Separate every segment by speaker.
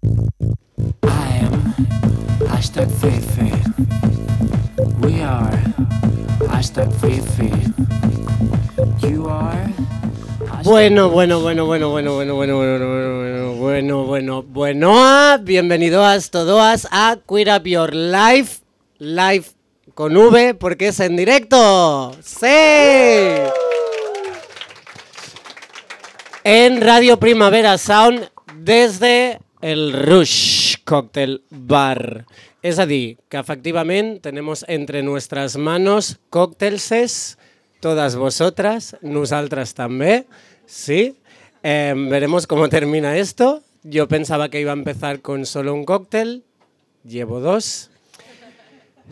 Speaker 1: I am hashtag free feed. We are hashtag free feed. You are hashtag
Speaker 2: Bueno, bueno, bueno, bueno, bueno, bueno, bueno, bueno, bueno, bueno, bueno, bueno, bueno, bienvenidos todos a Queer Up Your Life, live con V, porque es en directo. ¡Sí! En Radio Primavera Sound desde el Rush Cocktail Bar. És a dir, que efectivament tenemos entre nuestras manos cócteles, todas vosotras, nosaltres també, sí. Eh, veremos cómo termina esto. Yo pensaba que iba a empezar con solo un cóctel, llevo dos.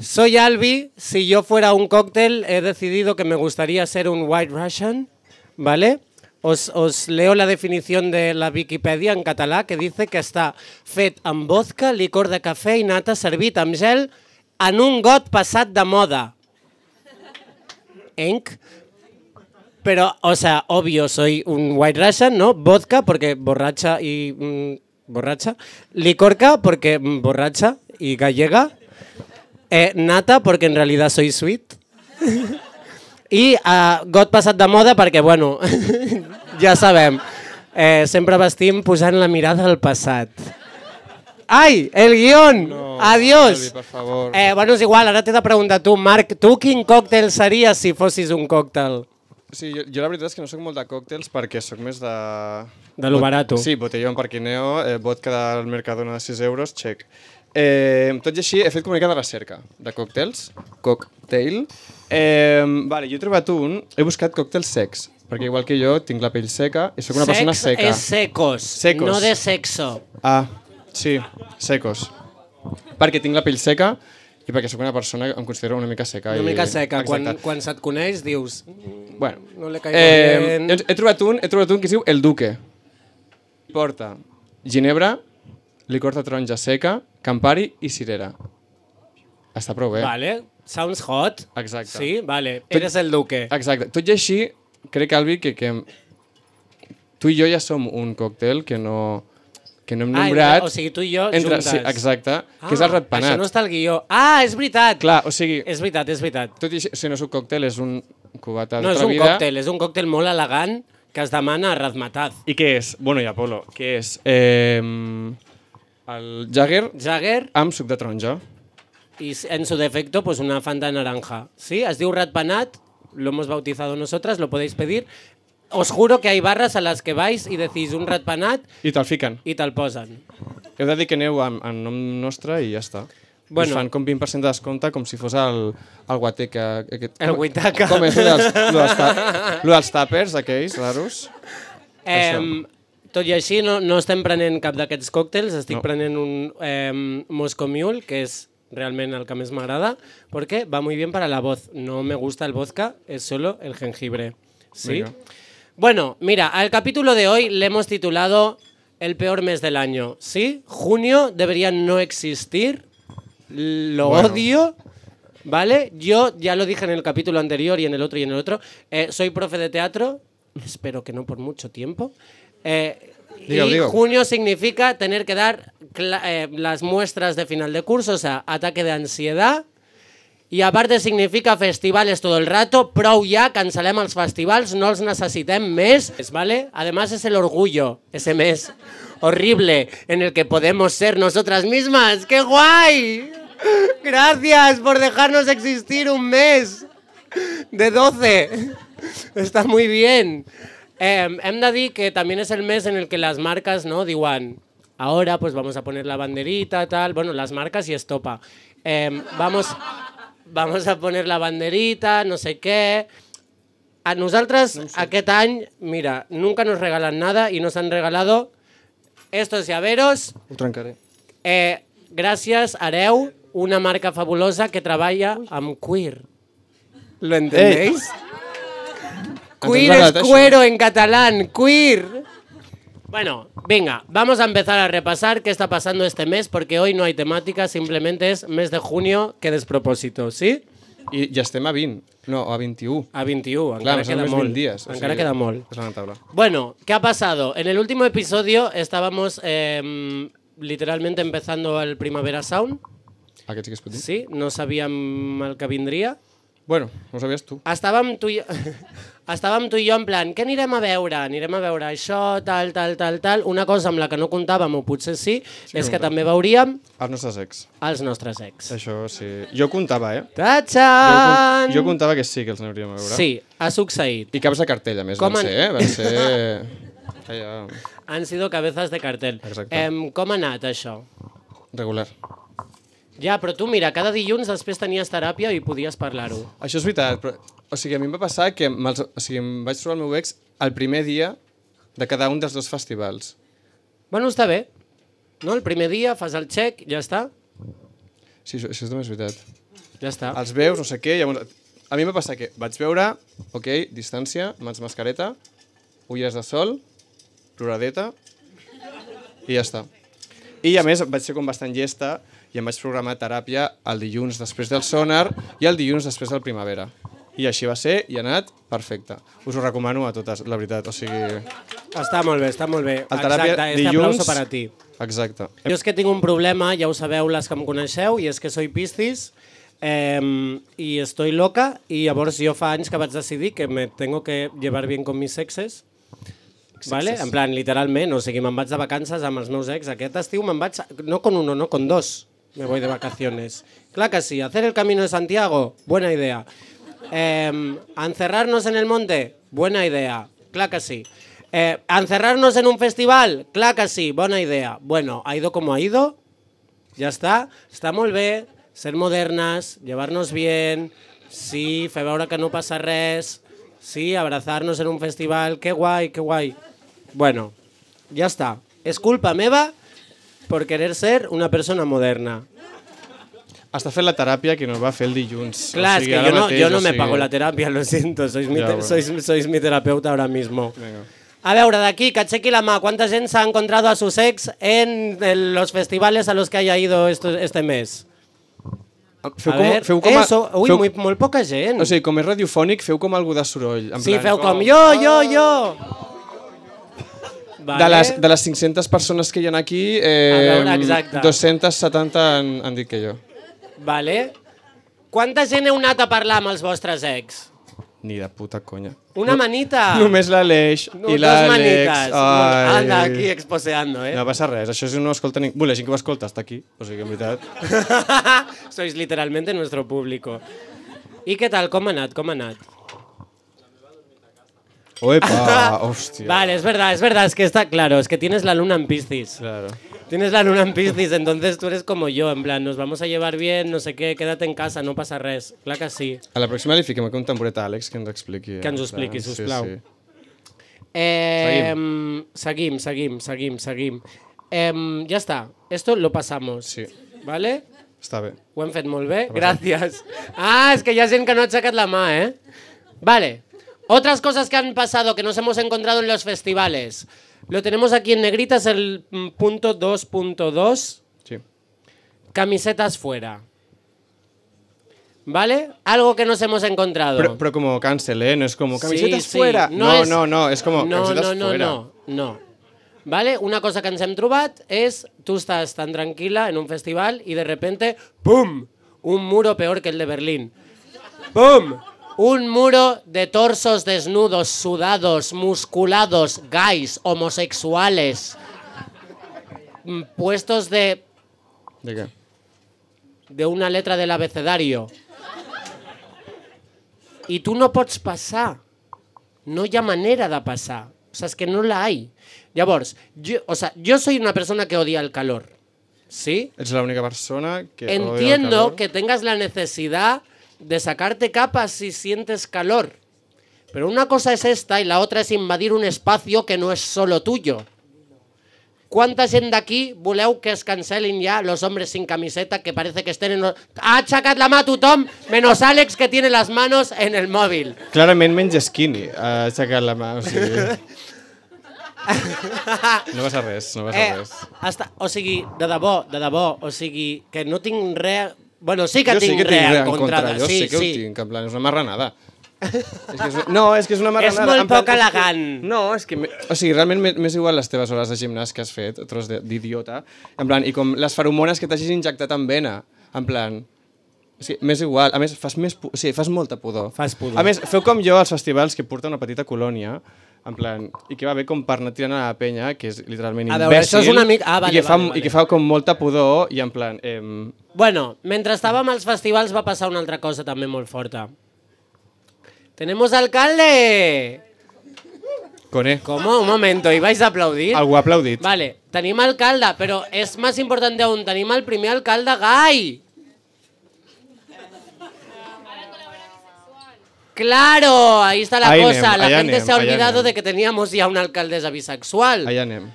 Speaker 2: Soy Albi. Si yo fuera un cóctel, he decidido que me gustaría ser un White Russian, ¿vale? Os, os leo la definición de la Wikipedia en català que dice que està fet amb vodka, licor de cafè i nata servit amb gel en un got passat de moda. Enc. Pero, o sea, obvio, soy un white Russian, ¿no? Vodka, porque borracha y... mm, borracha. Licorca, porque mm, borracha y gallega. Eh, nata, porque en realidad soy sweet. I eh, got passat de moda perquè, bueno, ja sabem, eh, sempre vestim posant la mirada al passat. Ai, el guión! No, Adiós!
Speaker 3: Salvi, per favor.
Speaker 2: Eh, bueno, és igual, ara t'he de preguntar tu, Marc, tu quin còctel series si fossis un còctel?
Speaker 3: Sí, jo, jo la veritat és que no sóc molt de còctels perquè sóc més de...
Speaker 2: De lo barato.
Speaker 3: Sí, botellón per quineo, eh, vodka del Mercadona de 6 euros, check. Eh, tot i així, he fet com una mica de recerca de còctels. Cocktail. Eh, vale, jo he trobat un, he buscat còctels secs, perquè igual que jo tinc la pell seca i sóc una
Speaker 2: Sex
Speaker 3: persona seca.
Speaker 2: és secos,
Speaker 3: Secos.
Speaker 2: no de sexo.
Speaker 3: Ah, sí, secos. Perquè tinc la pell seca i perquè sóc una persona que em considero una mica seca.
Speaker 2: Una
Speaker 3: i...
Speaker 2: mica seca, quan,
Speaker 3: Exacte. Eh.
Speaker 2: quan se't coneix dius...
Speaker 3: Bueno,
Speaker 2: No le caigo
Speaker 3: eh,
Speaker 2: bien.
Speaker 3: he, he, trobat un, he trobat un que es diu El Duque. Porta ginebra, licor de taronja seca, campari i cirera. Està prou bé.
Speaker 2: Vale, sounds hot.
Speaker 3: Exacte.
Speaker 2: Sí, vale,
Speaker 3: Tot-
Speaker 2: eres el duque.
Speaker 3: Exacte. Tot i així, crec, Albi, que, que tu i jo ja som un còctel que no, que no hem
Speaker 2: Ah, entre- o
Speaker 3: nombrat.
Speaker 2: sigui, tu i jo juntes.
Speaker 3: Sí, exacte, ah, que és el ratpenat.
Speaker 2: Això no està al guió. Ah, és veritat!
Speaker 3: Clar, o sigui,
Speaker 2: És veritat, és veritat.
Speaker 3: tot i així, o sigui, no és un còctel, és un cubata
Speaker 2: No, és
Speaker 3: d'altra
Speaker 2: un
Speaker 3: vida.
Speaker 2: còctel, és un còctel molt elegant que es demana a Razmataz.
Speaker 3: I què és? Bueno, i Apolo, què és? Eh, el Jagger
Speaker 2: Jagger
Speaker 3: amb suc de taronja.
Speaker 2: y s- en su defecto, pues una fanta naranja. ¿Sí? Has dicho ratpanat, lo hemos bautizado nosotras, lo podéis pedir. Os juro que hay barras a las que vais y decís un ratpanat
Speaker 3: I te'l fiquen.
Speaker 2: y tal posan.
Speaker 3: Heu de dir que aneu en, en nom nostre i ja està. Bueno.
Speaker 2: Bueno.
Speaker 3: Us fan com 20% de descompte, com si fos el, el guateca. Aquest,
Speaker 2: El guitaca.
Speaker 3: Com és lo dels, lo dels, ta, lo dels tàpers, aquells, raros.
Speaker 2: Em, tot i així, no, no estem prenent cap d'aquests còctels, estic
Speaker 3: No.
Speaker 2: no. prenent un em, Moscow Mule, que és realment el que més m'agrada, perquè va muy bien para la voz. No me gusta el vodka, es solo el jengibre. ¿Sí?
Speaker 3: Venga.
Speaker 2: Bueno, mira, al capítulo de hoy le hemos titulado El peor mes del año. ¿Sí? Junio debería no existir. Lo
Speaker 3: Bueno.
Speaker 2: odio. ¿Vale? Yo ya lo dije en el capítulo anterior y en el otro y en el otro. Eh, soy profe de teatro, espero que no por mucho tiempo. Eh,
Speaker 3: Diga,
Speaker 2: y
Speaker 3: diga.
Speaker 2: junio significa tener que dar cla- eh, las muestras de final de curso, o sea, ataque de ansiedad. I a part de significa festivales todo el rato, prou ja, cancelem els festivals, no els necessitem més, es- ¿vale? Además es el orgullo, ese mes horrible en el que podemos ser nosotras mismas. ¡Qué guay! Gracias por dejarnos existir un mes de 12. Està molt bien. Eh, hem de dir que también es el mes en el que las marcas no diuen ahora pues vamos a poner la banderita, tal, bueno, las marcas y estopa. Eh, vamos, vamos a poner la banderita, no sé qué. A nosaltres aquest any, mira, nunca nos regalan nada y nos han regalado estos llaveros
Speaker 3: Ho trencaré.
Speaker 2: Eh, gràcies, Areu, una marca fabulosa que treballa amb queer. ¿Lo entendéis? Queer es cuero en catalán, queer. Bueno, venga, vamos a empezar a repasar qué está pasando este mes, porque hoy no hay temática, simplemente es mes de junio, que despropósito, ¿sí?
Speaker 3: I ja estem a 20, no, a 21.
Speaker 2: A 21,
Speaker 3: Clar,
Speaker 2: Ah, encara
Speaker 3: són
Speaker 2: queda
Speaker 3: només 20
Speaker 2: molt.
Speaker 3: dies. o
Speaker 2: Encara
Speaker 3: sigui,
Speaker 2: queda molt.
Speaker 3: És lamentable.
Speaker 2: Bueno, ¿qué ha pasado? En el último episodio estábamos eh, literalmente empezando el Primavera Sound,
Speaker 3: Aquest sí que es pot dir.
Speaker 2: Mm. ¿sí? No sabíamos el que vendría.
Speaker 3: Bueno, no ho sabies tu.
Speaker 2: Estàvem tu, i... Estàvem tu i jo en plan, què anirem a veure? Anirem a veure això, tal, tal, tal, tal. Una cosa amb la que no comptàvem, o potser sí, sí és que
Speaker 3: comptàvem.
Speaker 2: també veuríem
Speaker 3: Els nostres ex.
Speaker 2: els nostres ex.
Speaker 3: Això sí. Jo comptava, eh? Jo,
Speaker 2: Tachan!
Speaker 3: con- jo comptava que sí, que els n'hauríem a veure.
Speaker 2: Sí, ha succeït.
Speaker 3: I caps de cartell, a més,
Speaker 2: Com
Speaker 3: van
Speaker 2: en-
Speaker 3: ser, eh? Van ser... Allà,
Speaker 2: Han sido cabezas de cartel.
Speaker 3: Exacte.
Speaker 2: Em, com ha anat això?
Speaker 3: regular.
Speaker 2: Ja, però tu mira, cada dilluns després tenies teràpia i podies parlar-ho.
Speaker 3: Això és veritat, però... O sigui, a mi em va passar que me'ls- o sigui, em vaig trobar el meu ex el primer dia de cada un dels dos festivals.
Speaker 2: Bueno, està bé. No? El primer dia fas el check, ja està.
Speaker 3: Sí, això, això és només veritat.
Speaker 2: Ja està.
Speaker 3: Els veus, no sé què, llavors... A mi em va passar que vaig veure, ok, distància, mans mascareta, ulleres de sol, ploradeta, i ja està. I a més vaig ser com bastant llesta i em vaig programar teràpia el dilluns després del sonar i el dilluns després del primavera. I així va ser i ha anat perfecte. Us ho recomano a totes, la veritat. O sigui,
Speaker 2: Està molt bé, està molt bé.
Speaker 3: el teràpia
Speaker 2: Exacte, este
Speaker 3: dilluns...
Speaker 2: aplauso para ti.
Speaker 3: Exacte.
Speaker 2: Jo és que tinc un problema, ja ho sabeu les que em coneixeu, i és que soy piscis eh, i estoy loca, i llavors jo fa anys que vaig decidir que me tengo que llevar bien con mis exes, ¿vale? en plan, literalment, o sigui, me'n vaig de vacances amb els meus ex, aquest estiu me'n vaig, no con uno, no con dos, me voy de vacaciones. Clar que sí, hacer el camino de Santiago, buena idea. Eh, encerrarnos en el monte, buena idea, clar que sí. Eh, encerrarnos en un festival, clar que sí, bona idea. Bueno, ha ido como ha ido, ya está, está molt bé, ser modernas, llevarnos bien, sí, fer veure que no passa res, sí, abrazarnos en un festival, que guai, que guai. Bueno, ya está. És culpa meva por querer ser una persona moderna.
Speaker 3: Està fent la teràpia que nos va fer el dilluns.
Speaker 2: Clar,
Speaker 3: o sigui,
Speaker 2: es que
Speaker 3: ara
Speaker 2: yo no,
Speaker 3: mateix,
Speaker 2: yo no
Speaker 3: o
Speaker 2: me
Speaker 3: sigui-
Speaker 2: pago la terapia, lo siento, sois mi,
Speaker 3: Ya,
Speaker 2: te-
Speaker 3: bueno.
Speaker 2: sois, sois mi terapeuta ahora mismo.
Speaker 3: Vinga.
Speaker 2: A veure, d'aquí, que aixequi la mà. Quanta gent s'ha encontrado a sus ex en el- los festivales a los que haya ido esto- este mes?
Speaker 3: Feu
Speaker 2: Ah, a
Speaker 3: com,
Speaker 2: ver,
Speaker 3: feu com a-
Speaker 2: eso, ui,
Speaker 3: feu-
Speaker 2: muy, molt poca gent.
Speaker 3: O sigui, com és radiofònic, feu com algú de soroll. En
Speaker 2: sí,
Speaker 3: plan,
Speaker 2: feu com jo, jo, jo. Vale.
Speaker 3: De les, de les 500 persones que hi ha aquí, eh,
Speaker 2: A veure, Ah, exacte.
Speaker 3: 270 han, han dit que jo.
Speaker 2: Vale. Quanta gent heu anat a parlar amb els vostres ex?
Speaker 3: Ni de puta conya.
Speaker 2: Una manita.
Speaker 3: Només l'Aleix
Speaker 2: Ah. No,
Speaker 3: i
Speaker 2: dos
Speaker 3: l'Àlex.
Speaker 2: manitas.
Speaker 3: Ai.
Speaker 2: Bueno, anda, aquí exposeando, eh?
Speaker 3: No passa res, això si no ho escolta ningú. Bé, la gent que ho escolta està aquí, o sigui, en veritat.
Speaker 2: Sois literalmente nuestro público. I què tal? Com ha anat? Com ha anat?
Speaker 3: Oepa, hòstia.
Speaker 2: Vale, es verdad, es verdad, es que está claro, es que tienes la luna en Piscis.
Speaker 3: Claro.
Speaker 2: Tienes la luna en Piscis, entonces tú eres como yo, en plan, nos vamos a llevar bien, no sé qué, quédate en casa, no pasa res. Clar que sí.
Speaker 3: A la pròxima li fiquem aquí un tamboret a Àlex que ens expliqui.
Speaker 2: Que ens ho
Speaker 3: eh,
Speaker 2: expliqui,
Speaker 3: clar.
Speaker 2: sisplau.
Speaker 3: Sí, sí.
Speaker 2: Eh, seguim, seguim, seguim, seguim. Eh, ja està, esto lo pasamos.
Speaker 3: Sí.
Speaker 2: Vale?
Speaker 3: Està bé.
Speaker 2: Ho hem fet molt bé, gràcies. Ah, és que hi ha gent que no ha aixecat la mà, eh? Vale. Otras cosas que han pasado que nos hemos encontrado en los festivales. Lo tenemos aquí en negritas, el mm, punto 2.2.
Speaker 3: Sí.
Speaker 2: Camisetas fuera. ¿Vale? Algo que nos hemos encontrado.
Speaker 3: Pero, pero como cancel, ¿eh? No es como
Speaker 2: Sí,
Speaker 3: camisetas
Speaker 2: sí.
Speaker 3: fuera. No, no,
Speaker 2: es-
Speaker 3: no, es como
Speaker 2: no,
Speaker 3: camisetas
Speaker 2: no, no,
Speaker 3: fuera.
Speaker 2: No, no, ¿Vale? Una cosa que ens hem trobat és tu estàs tan tranquila en un festival i de repente, ¡pum! Un muro peor que el de Berlín. ¡Pum! Un muro de torsos desnudos, sudados, musculados, gays, homosexuales, mm, puestos de
Speaker 3: ¿De qué?
Speaker 2: de una letra del abecedario. I tu no pots passar. No hi ha manera de passar. O sea, és que no la hay. Llavors, jo, o sea, yo soy una persona que odia el calor. ¿Sí?
Speaker 3: Es la única persona que. odia el
Speaker 2: Entiendo
Speaker 3: calor.
Speaker 2: que tengas la necesidad de sacarte capas si sientes calor. Pero una cosa es esta y la otra es invadir un espacio que no es solo tuyo. Quanta gent d'aquí voleu que es cancel·lin ja los hombres sin camiseta que parece que estén en... los- Ha aixecat la mà tothom, menos Àlex que tiene las manos en el mòbil.
Speaker 3: Clarament menys skinny, ha aixecat la mà, o sigui... No passa res, no passa
Speaker 2: Eh,
Speaker 3: res.
Speaker 2: hasta, o sigui, de debò, de debò, o sigui, que no tinc res... Bueno, sí que
Speaker 3: jo
Speaker 2: tinc
Speaker 3: sí que
Speaker 2: res
Speaker 3: tinc
Speaker 2: en
Speaker 3: res en
Speaker 2: contra,
Speaker 3: contra,
Speaker 2: de-
Speaker 3: jo
Speaker 2: sí,
Speaker 3: sí que
Speaker 2: sí.
Speaker 3: ho tinc, en plan, és una marranada. és que és, no, és que és una marranada.
Speaker 2: molt
Speaker 3: en plan-
Speaker 2: poc elegant.
Speaker 3: No, és que... me- O sigui, realment m'he- m'és igual les teves hores de gimnàs que has fet, tros de- d'idiota, en plan, i com les feromones que t'hagis injectat en vena, en plan... O sigui, m'és igual. A més, fas, més pu- o sigui, fas molta pudor.
Speaker 2: Fas pudor.
Speaker 3: A més, feu com jo als festivals que porta una petita colònia, en plan, i que va bé com per anar tirant a la penya, que és literalment
Speaker 2: A
Speaker 3: imbècil,
Speaker 2: veure, això és una mica- ah, vale,
Speaker 3: i, que fa,
Speaker 2: vale, vale.
Speaker 3: i que fa com molta pudor, i en plan... Ehm,
Speaker 2: Bueno, mentre estàvem als festivals va passar una altra cosa també molt forta. Tenemos alcalde!
Speaker 3: Cone,
Speaker 2: ¿Cómo? Un momento, ¿y vais a aplaudir?
Speaker 3: algú ha aplaudit.
Speaker 2: Vale, tenim alcalde, però és més important aún, tenim el primer alcalde gai! Claro, ahí está la
Speaker 3: Ahí anem,
Speaker 2: cosa. La
Speaker 3: allà
Speaker 2: gente
Speaker 3: anem,
Speaker 2: se ha
Speaker 3: allà
Speaker 2: olvidado
Speaker 3: anem.
Speaker 2: de que teníamos ya una alcaldesa bisexual.
Speaker 3: Allà anem.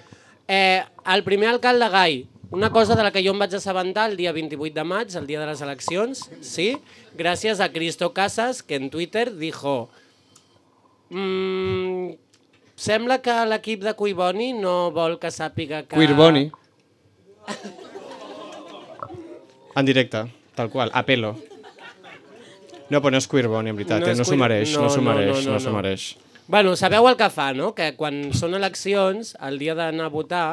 Speaker 2: Eh, el primer alcalde Gai, una cosa de la que jo em vaig assabentar el dia 28 de maig, el dia de les eleccions, sí, gràcies a Cristo Casas, que en Twitter dijo mm, sembla que l'equip de Cuiboni no vol que sàpiga que...
Speaker 3: Queerboni. En directe, tal qual, a pelo. No, però no és Queerboni, en veritat,
Speaker 2: No
Speaker 3: no, eh?
Speaker 2: és
Speaker 3: no s'ho
Speaker 2: queer-
Speaker 3: mereix, no,
Speaker 2: no,
Speaker 3: s'ho
Speaker 2: no, no,
Speaker 3: mereix,
Speaker 2: no,
Speaker 3: no, s'ho
Speaker 2: no.
Speaker 3: mereix.
Speaker 2: Bueno, sabeu el que fa, no? Que quan són eleccions, el dia d'anar a votar,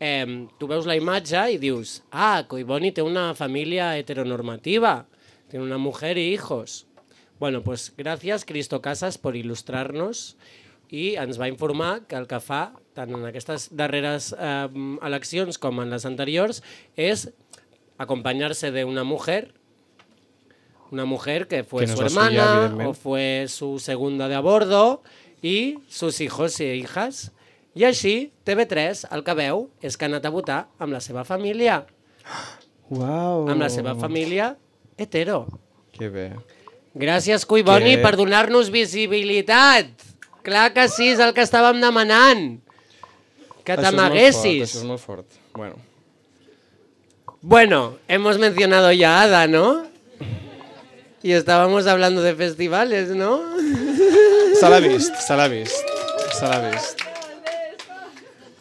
Speaker 2: eh, tu veus la imatge i dius ah, Coiboni té una família heteronormativa, tiene una mujer y hijos. Bueno, pues gràcies Cristo Casas per il·lustrar-nos i ens va informar que el que fa, tant en aquestes darreres eh, eleccions com en les anteriors, és acompanyar-se d'una mujer, una mujer que fue
Speaker 3: Que no
Speaker 2: su
Speaker 3: és la suya,
Speaker 2: hermana
Speaker 3: evidentment.
Speaker 2: o fue su segunda de a bordo i sus hijos e hijas. I així, TV3, el que veu és que ha anat a votar amb la seva família,
Speaker 3: Uau.
Speaker 2: amb la seva família hetero.
Speaker 3: Que bé.
Speaker 2: Gràcies, Cuiboni,
Speaker 3: Que-
Speaker 2: per donar-nos visibilitat. Clar que sí, és el que estàvem demanant. Que
Speaker 3: Això és molt fort,
Speaker 2: t'amaguessis.
Speaker 3: Això és molt fort. Bueno.
Speaker 2: Bueno, hemos mencionado ya a Ada, ¿no? Y estábamos hablando de festivales, ¿no?
Speaker 3: Se l'ha vist, se l'ha vist. Se l'ha vist.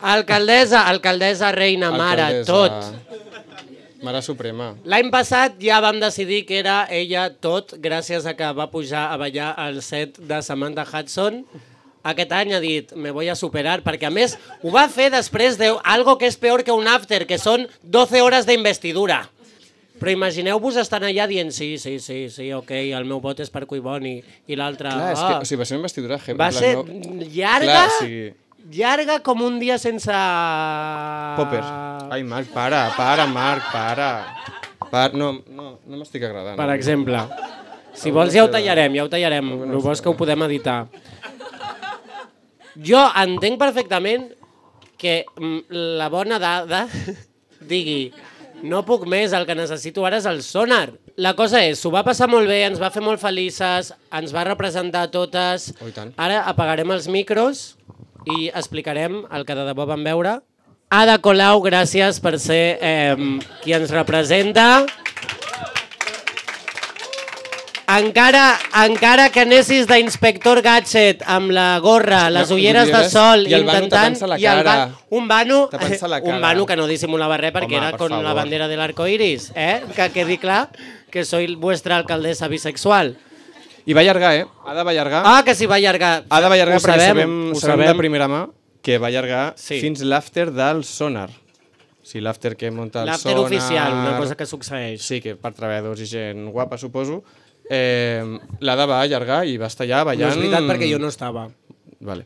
Speaker 2: Alcaldessa, alcaldessa, reina, mare, tot.
Speaker 3: Mare Suprema.
Speaker 2: L'any passat ja vam decidir que era ella tot gràcies a que va pujar a ballar al set de Samantha Hudson. Aquest any ha dit, me voy a superar, perquè a més ho va fer després de algo que és peor que un after, que són 12 hores d'investidura. Però imagineu-vos estar allà dient sí, sí, sí, sí, ok, el meu vot és per Cuiboni i l'altre...
Speaker 3: Clar, és que,
Speaker 2: ah.
Speaker 3: o sigui, va ser una investidura heavy.
Speaker 2: Va
Speaker 3: en plan,
Speaker 2: ser
Speaker 3: no-
Speaker 2: llarga,
Speaker 3: Clar, o sigui-
Speaker 2: llarga com un dia sense...
Speaker 3: Popper. Ah. Ai, Marc, para, para, Marc, para. Para, no, no, no m'estic agradant.
Speaker 2: per exemple. Si vols ja ho tallarem, ja ho tallarem.
Speaker 3: Alguna
Speaker 2: El bo és
Speaker 3: cosa.
Speaker 2: que ho podem editar. Jo entenc perfectament que mm, la bona dada digui no puc més, el que necessito ara és el sonar. La cosa és, s'ho va passar molt bé, ens va fer molt felices, ens va representar a totes.
Speaker 3: Oh, i tant.
Speaker 2: Ara apagarem els micros i explicarem el que de debò vam veure. Ada Colau, gràcies per ser eh, qui ens representa. Encara, encara que anessis d'inspector Gadget amb la gorra, les
Speaker 3: No,
Speaker 2: ulleres de
Speaker 3: ulleres,
Speaker 2: sol,
Speaker 3: i el vano
Speaker 2: intentant...
Speaker 3: tapant-se la
Speaker 2: i el
Speaker 3: cara.
Speaker 2: va- un vano,
Speaker 3: Tapant-se la cara.
Speaker 2: un vano que no dissimulava res perquè
Speaker 3: Home,
Speaker 2: era
Speaker 3: per
Speaker 2: con la
Speaker 3: favor.
Speaker 2: bandera de l'arco iris, eh? Que quedi clar que soy vuestra alcaldesa bisexual.
Speaker 3: I va allargar, eh? Ha de va allargar.
Speaker 2: Ah, que si va allargar.
Speaker 3: ha de va allargar
Speaker 2: Ho
Speaker 3: perquè sabem,
Speaker 2: ho
Speaker 3: sabem, sabem, de primera mà que va allargar
Speaker 2: Sí.
Speaker 3: sí. fins l'after del sonar. Sí, l'after que munta el
Speaker 2: L'after
Speaker 3: sonar...
Speaker 2: oficial, una cosa que succeeix.
Speaker 3: Sí, que per treballadors i gent guapa, suposo. Eh, L'Ada va allargar i va estar allà
Speaker 2: No
Speaker 3: ballant...
Speaker 2: és veritat perquè jo no estava.
Speaker 3: Vale.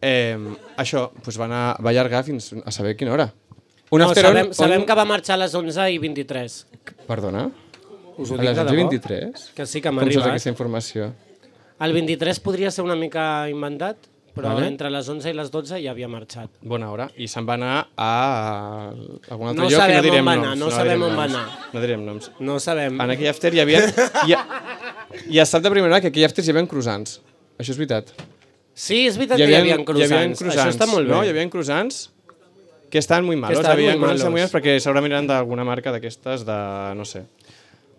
Speaker 3: Eh, això, doncs va, anar, va allargar fins a saber quina hora. Un
Speaker 2: No,
Speaker 3: after on-
Speaker 2: sabem, sabem
Speaker 3: on...
Speaker 2: que va marxar a les 11 i 23.
Speaker 3: Perdona?
Speaker 2: Us ho
Speaker 3: A
Speaker 2: dic
Speaker 3: les
Speaker 2: de debò.
Speaker 3: 23?
Speaker 2: Que sí, que
Speaker 3: Com saps
Speaker 2: m'arriba.
Speaker 3: aquesta
Speaker 2: eh?
Speaker 3: informació?
Speaker 2: El 23 podria ser una mica inventat, però
Speaker 3: Vale.
Speaker 2: entre les 11 i les 12 ja havia marxat.
Speaker 3: Bona hora. I se'n va anar a algun altre
Speaker 2: No
Speaker 3: lloc i
Speaker 2: sabem
Speaker 3: no direm
Speaker 2: on va anar,
Speaker 3: noms.
Speaker 2: no sabem
Speaker 3: direm
Speaker 2: on va
Speaker 3: noms.
Speaker 2: anar.
Speaker 3: No direm noms.
Speaker 2: No sabem.
Speaker 3: En aquell after hi havia... Ja, ja sap de primera hora que aquell after hi havia croissants. Això és veritat.
Speaker 2: Sí, és veritat que hi havia croissants.
Speaker 3: croissants,
Speaker 2: Això està molt bé.
Speaker 3: No? Hi havia croissants Que estan molt malos.
Speaker 2: estan
Speaker 3: Havien
Speaker 2: muy
Speaker 3: coses
Speaker 2: malos.
Speaker 3: muy malos perquè segurament eren d'alguna marca d'aquestes de... no sé.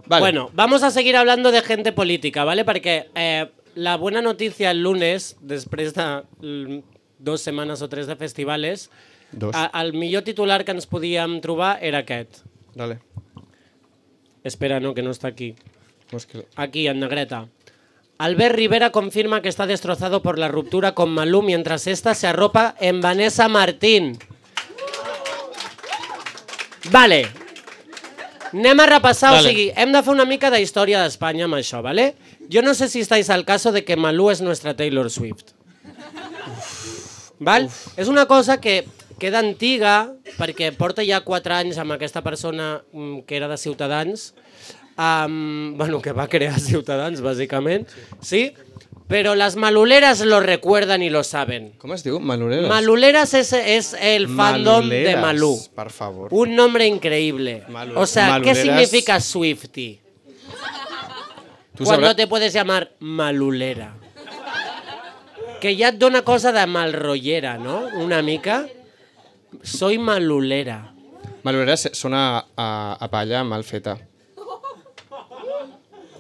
Speaker 3: Vale.
Speaker 2: Bueno, vamos a seguir hablando de gente política, ¿vale? Porque eh, la buena noticia el lunes, després de mm, dos setmanes o tres de festivales,
Speaker 3: Dos.
Speaker 2: a, el millor titular que ens podíem trobar era aquest.
Speaker 3: Dale.
Speaker 2: Espera, no, que no està aquí.
Speaker 3: Pues que...
Speaker 2: Aquí, en negreta. Albert Rivera confirma que está destrozado por la ruptura con Malú mientras esta se arropa en Vanessa Martín. Vale. Anem a repassar,
Speaker 4: Dale.
Speaker 2: o sigui, hem de fer una mica de història d'Espanya amb això, ¿vale? Yo no sé si estáis al caso de que Malú es nuestra Taylor Swift. Val? És una cosa que queda antiga perquè porta ja 4 anys amb aquesta persona mm, que era de Ciutadans, um, bueno, que va crear Ciutadans, bàsicament, sí. Però les maluleres lo recuerdan y lo saben.
Speaker 3: Com es diu? Malureres.
Speaker 2: Maluleras es, es el fandom de
Speaker 3: Maluleras,
Speaker 2: Malú.
Speaker 3: Per favor.
Speaker 2: Un nombre increíble.
Speaker 3: Malu-
Speaker 2: o sea,
Speaker 3: Maluleras.
Speaker 2: ¿qué significa Swifty?
Speaker 3: Tu
Speaker 2: Cuando
Speaker 3: sabràs-
Speaker 2: te puedes llamar malulera. Que ya et dona cosa de malrollera, no? Una mica. Soy malulera.
Speaker 3: Malureres sona a, a palla mal feta.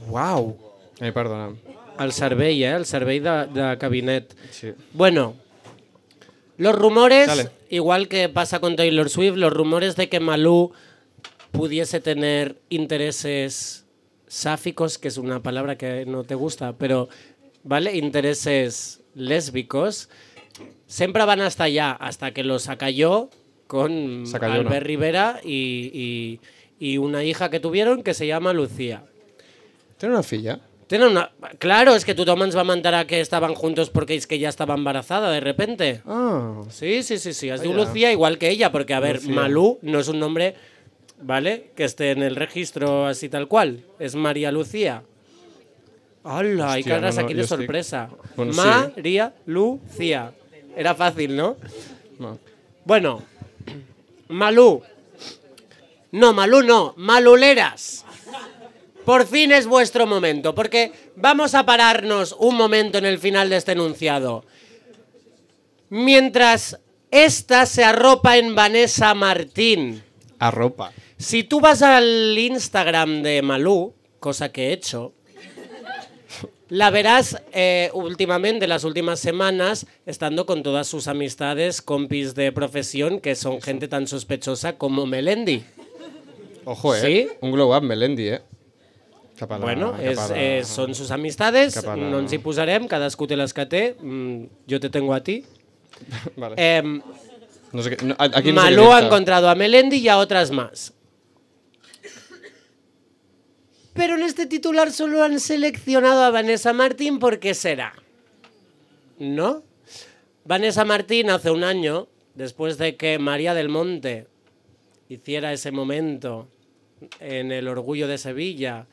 Speaker 3: Uau! Ai, Eh, perdona.
Speaker 2: El servei, eh? El servei de, de cabinet.
Speaker 3: Sí.
Speaker 2: Bueno, los rumores,
Speaker 3: Dale.
Speaker 2: igual que pasa con Taylor Swift, los rumores de que Malú pudiese tener intereses sáficos, que es una palabra que no te gusta, pero, ¿vale? Intereses lésbicos, siempre van hasta allá, hasta que los acalló con
Speaker 3: Sacallona.
Speaker 2: Albert Rivera y, y- y una hija que tuvieron que se llama Lucía.
Speaker 3: Té una filla?
Speaker 2: Tiene una... Claro, es que tu Tomans va a mandar a que estaban juntos porque es que ya estaba embarazada de repente.
Speaker 3: Ah.
Speaker 2: Sí, sí, sí, sí. Es de
Speaker 3: Vaya.
Speaker 2: Lucía igual que ella, porque a ver,
Speaker 3: Lucía.
Speaker 2: Malú no es un nombre, ¿vale? Que esté en el registro así tal cual. Es María Lucía. ¡Hala! Hay
Speaker 3: Hostia,
Speaker 2: caras
Speaker 3: no, no,
Speaker 2: aquí
Speaker 3: yo
Speaker 2: de
Speaker 3: estoy-
Speaker 2: sorpresa.
Speaker 3: Bueno, sí.
Speaker 2: María Lucía. Era fácil, ¿no?
Speaker 3: No.
Speaker 2: Bueno, Malú. No, Malú no, Maluleras. Por fin es vuestro momento, porque vamos a pararnos un momento en el final de este enunciado. Mientras esta se arropa en Vanessa Martín.
Speaker 3: Arropa.
Speaker 2: Si tú vas al Instagram de Malú, cosa que he hecho, la verás eh, últimamente, las últimas semanas, estando con todas sus amistades, compis de profesión, que son gente tan sospechosa como Melendi.
Speaker 3: Ojo, eh?
Speaker 2: Sí?
Speaker 3: Un glow up Melendi, eh? Cap a la,
Speaker 2: Bueno,
Speaker 3: cap
Speaker 2: és,
Speaker 3: a la...
Speaker 2: eh, són sus amistades,
Speaker 3: Cap a la-
Speaker 2: no ens hi posarem, cadascú té les que té, mm, jo te tengo a ti.
Speaker 3: Vale.
Speaker 2: Em,
Speaker 3: no sé què, no, a- aquí no sé què
Speaker 2: eh, Malú ha
Speaker 3: dir-te.
Speaker 2: encontrado a Melendi y a otras más. Pero en este titular solo han seleccionado a Vanessa Martín porque será. ¿No? Vanessa Martín hace un año, después de que María del Monte hiciera ese momento en el Orgullo de Sevilla,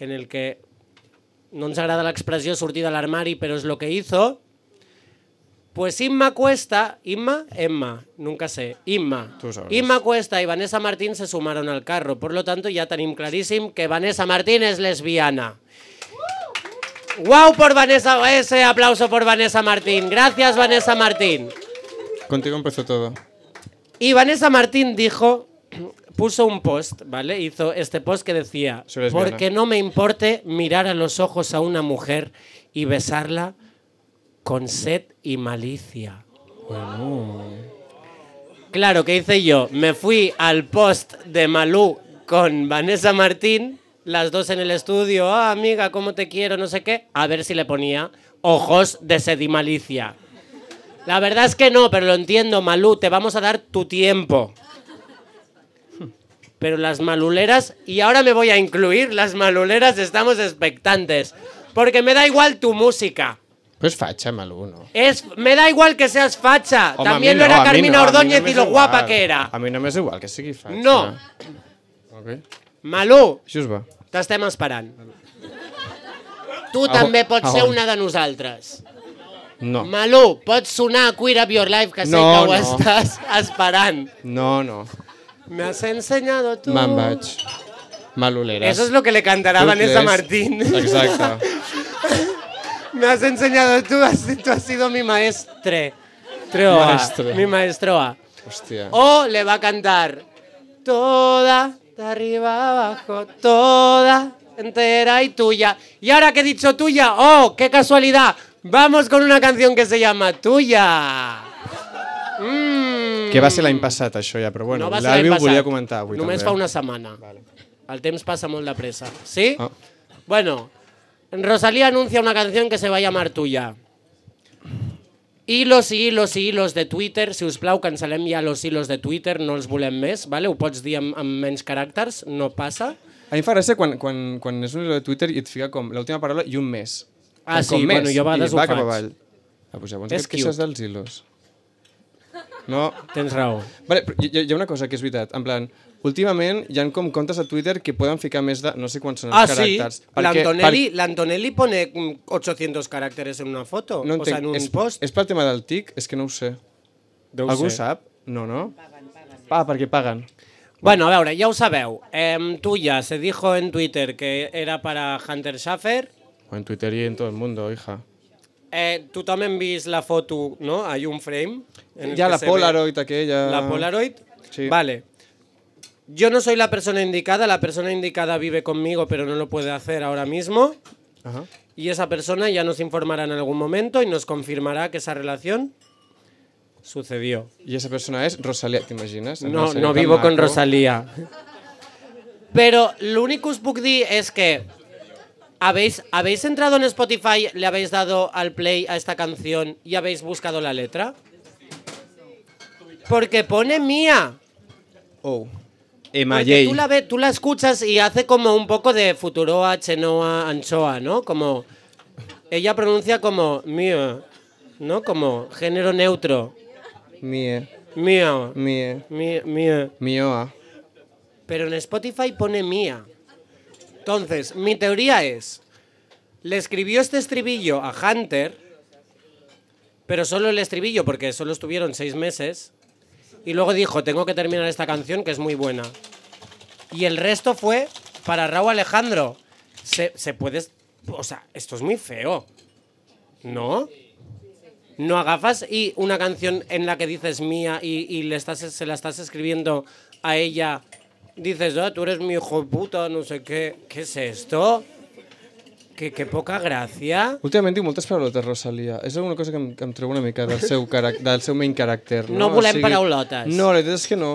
Speaker 2: en el que no ens agrada l'expressió sortir de l'armari, però és lo que hizo, Pues Inma Cuesta, Inma, Emma, nunca sé, Inma.
Speaker 3: Tú sabrás.
Speaker 2: Inma Cuesta y Vanessa Martín se sumaron al carro, por lo tanto ya tenim clarísimo que Vanessa Martín es lesbiana. ¡Wow por Vanessa! Ese aplauso por Vanessa Martín. Gracias, Vanessa Martín.
Speaker 3: Contigo empezó todo.
Speaker 2: Y Vanessa Martín dijo, puso un post, ¿vale? Hizo este post que decía,
Speaker 3: Soy lesbiana.
Speaker 2: porque no me importe mirar a los ojos a una mujer y besarla con sed y malicia. Claro, ¿qué hice yo? Me fui al post de Malú con Vanessa Martín, las dos en el estudio, ah, amiga, cómo te quiero, no sé qué, a ver si le ponía ojos de sed y malicia. La verdad es que no, pero lo entiendo, Malú, te vamos a dar tu tiempo. Pero las maluleras, y ahora me voy a incluir, las maluleras estamos expectantes, porque me da igual tu música.
Speaker 3: Però és fatxa, Malú, no?
Speaker 2: Es, me da igual que seas facha.
Speaker 3: Home, a
Speaker 2: También
Speaker 3: mi
Speaker 2: lo
Speaker 3: no,
Speaker 2: era
Speaker 3: a mi
Speaker 2: Carmina
Speaker 3: no, a mi
Speaker 2: Ordóñez
Speaker 3: no
Speaker 2: y
Speaker 3: m'és
Speaker 2: lo guapa
Speaker 3: igual.
Speaker 2: que era.
Speaker 3: A mi no m'és igual que sigui fatxa.
Speaker 2: No.
Speaker 3: Ok.
Speaker 2: Malú,
Speaker 3: Així us va.
Speaker 2: t'estem esperant. Tu
Speaker 3: Ah,
Speaker 2: també
Speaker 3: bo-
Speaker 2: pots
Speaker 3: ah,
Speaker 2: ser
Speaker 3: bon.
Speaker 2: una de nosaltres.
Speaker 3: No.
Speaker 2: Malú, pots sonar a Queer Up Your Life, que sé
Speaker 3: No,
Speaker 2: que ho
Speaker 3: no.
Speaker 2: estàs esperant.
Speaker 3: No, no.
Speaker 2: Me has enseñado tú.
Speaker 3: Me'n vaig. Maluleres.
Speaker 2: Eso es lo que le cantará
Speaker 3: Tu
Speaker 2: Vanessa
Speaker 3: crees?
Speaker 2: Martín.
Speaker 3: Exacte.
Speaker 2: Me has enseñado tú, has, tú has sido mi maestre. Treoa.
Speaker 3: Maestro.
Speaker 2: Mi maestroa.
Speaker 3: Hòstia.
Speaker 2: O le va a cantar toda, de arriba abajo, toda, entera y tuya. Y ahora que he dicho tuya, oh, qué casualidad, vamos con una canción que se llama Tuya. Mm.
Speaker 3: Que va ser l'any passat, això ja, però bueno,
Speaker 2: no va ser l'any
Speaker 3: l'Àlvio ho
Speaker 2: passat.
Speaker 3: volia comentar avui
Speaker 2: Només
Speaker 3: també.
Speaker 2: fa una setmana. El temps passa molt de pressa. Sí?
Speaker 3: Ah.
Speaker 2: Bueno, Rosalía anuncia una canción que se va a llamar Tuya. Hilos i hilos i hilos de Twitter, si us plau, cancel·lem ja los hilos de Twitter, no els volem més, vale? ho pots dir amb, amb menys caràcters, no passa.
Speaker 3: A mi em fa gràcia quan, quan, quan és un hilo de Twitter i et fica com l'última paraula i un mes.
Speaker 2: Ah,
Speaker 3: Com
Speaker 2: sí,
Speaker 3: més,
Speaker 2: bueno, jo a
Speaker 3: i
Speaker 2: vegades ho
Speaker 3: va cap
Speaker 2: faig.
Speaker 3: avall. Ah, doncs llavors
Speaker 2: És
Speaker 3: et queixes
Speaker 2: cute.
Speaker 3: dels hilos. No.
Speaker 2: Tens raó.
Speaker 3: Vale, però hi, hi hi ha una cosa que és veritat, en plan, últimament hi han com comptes a Twitter que poden ficar més de... No sé quants són els
Speaker 2: Ah, sí?
Speaker 3: caràcters.
Speaker 2: L'Antonelli l'Antonelli pone mm, 800 caràcters en una foto,
Speaker 3: no
Speaker 2: o sea, en un
Speaker 3: és,
Speaker 2: post.
Speaker 3: és pel tema del TIC? És que no ho sé.
Speaker 2: Deu
Speaker 3: Algú
Speaker 2: ser.
Speaker 3: sap? No, no? Paguen, paguen. Ah, perquè paguen.
Speaker 2: Bueno, a veure, ja ho sabeu. Em, tuya se dijo en Twitter que era para Hunter Schaffer.
Speaker 3: O en Twitter y en todo el mundo, hija.
Speaker 2: Eh, tothom hem vist la foto, no? Hay un frame. en el
Speaker 3: Ya
Speaker 2: que
Speaker 3: la
Speaker 2: se ve
Speaker 3: Polaroid aquella.
Speaker 2: La Polaroid.
Speaker 3: Sí.
Speaker 2: Vale. Yo no soy la persona indicada, la persona indicada vive conmigo, pero no lo puede hacer ahora mismo.
Speaker 3: Ajá.
Speaker 2: Y esa persona ya nos informará en algún momento y nos confirmará que esa relación sucedió.
Speaker 3: Y esa persona es Rosalía, ¿te imaginas?
Speaker 2: No,
Speaker 3: Seria
Speaker 2: no
Speaker 3: tan
Speaker 2: vivo con
Speaker 3: maco.
Speaker 2: Rosalía. Pero lo único que os puc dir es que habéis, habéis entrado en Spotify, le habéis dado al play a esta canción y habéis buscado la letra. Porque pone mía.
Speaker 3: Oh.
Speaker 2: Porque tú la ves, tú la escuchas y hace como un poco de Futuroa, Chenoa, Anchoa, ¿no? Como ella pronuncia como mía, ¿no? Como género neutro.
Speaker 3: Mie.
Speaker 2: Mía,
Speaker 3: Mie.
Speaker 2: mía, mía.
Speaker 3: Mioa.
Speaker 2: Pero en Spotify pone mía. Entonces, mi teoría es, le escribió este estribillo a Hunter, pero solo el estribillo, porque solo estuvieron seis meses, y luego dijo, tengo que terminar esta canción que es muy buena. Y el resto fue para Raúl Alejandro. Se, se puede... O sea, esto es muy feo. ¿No? No agafas y una canción en la que dices mía y, y le estás, se la estás escribiendo a ella. Dices, "Ah, tú eres mi hijo de puta, no sé qué. ¿Qué es esto? Qué, qué poca gracia.
Speaker 3: Últimament diu moltes paraulotes, Rosalía. És una cosa que em, que em treu una mica del seu, carac- del seu main caràcter.
Speaker 2: No
Speaker 3: No,
Speaker 2: volem paraulotes.
Speaker 3: No, la veritat és que no.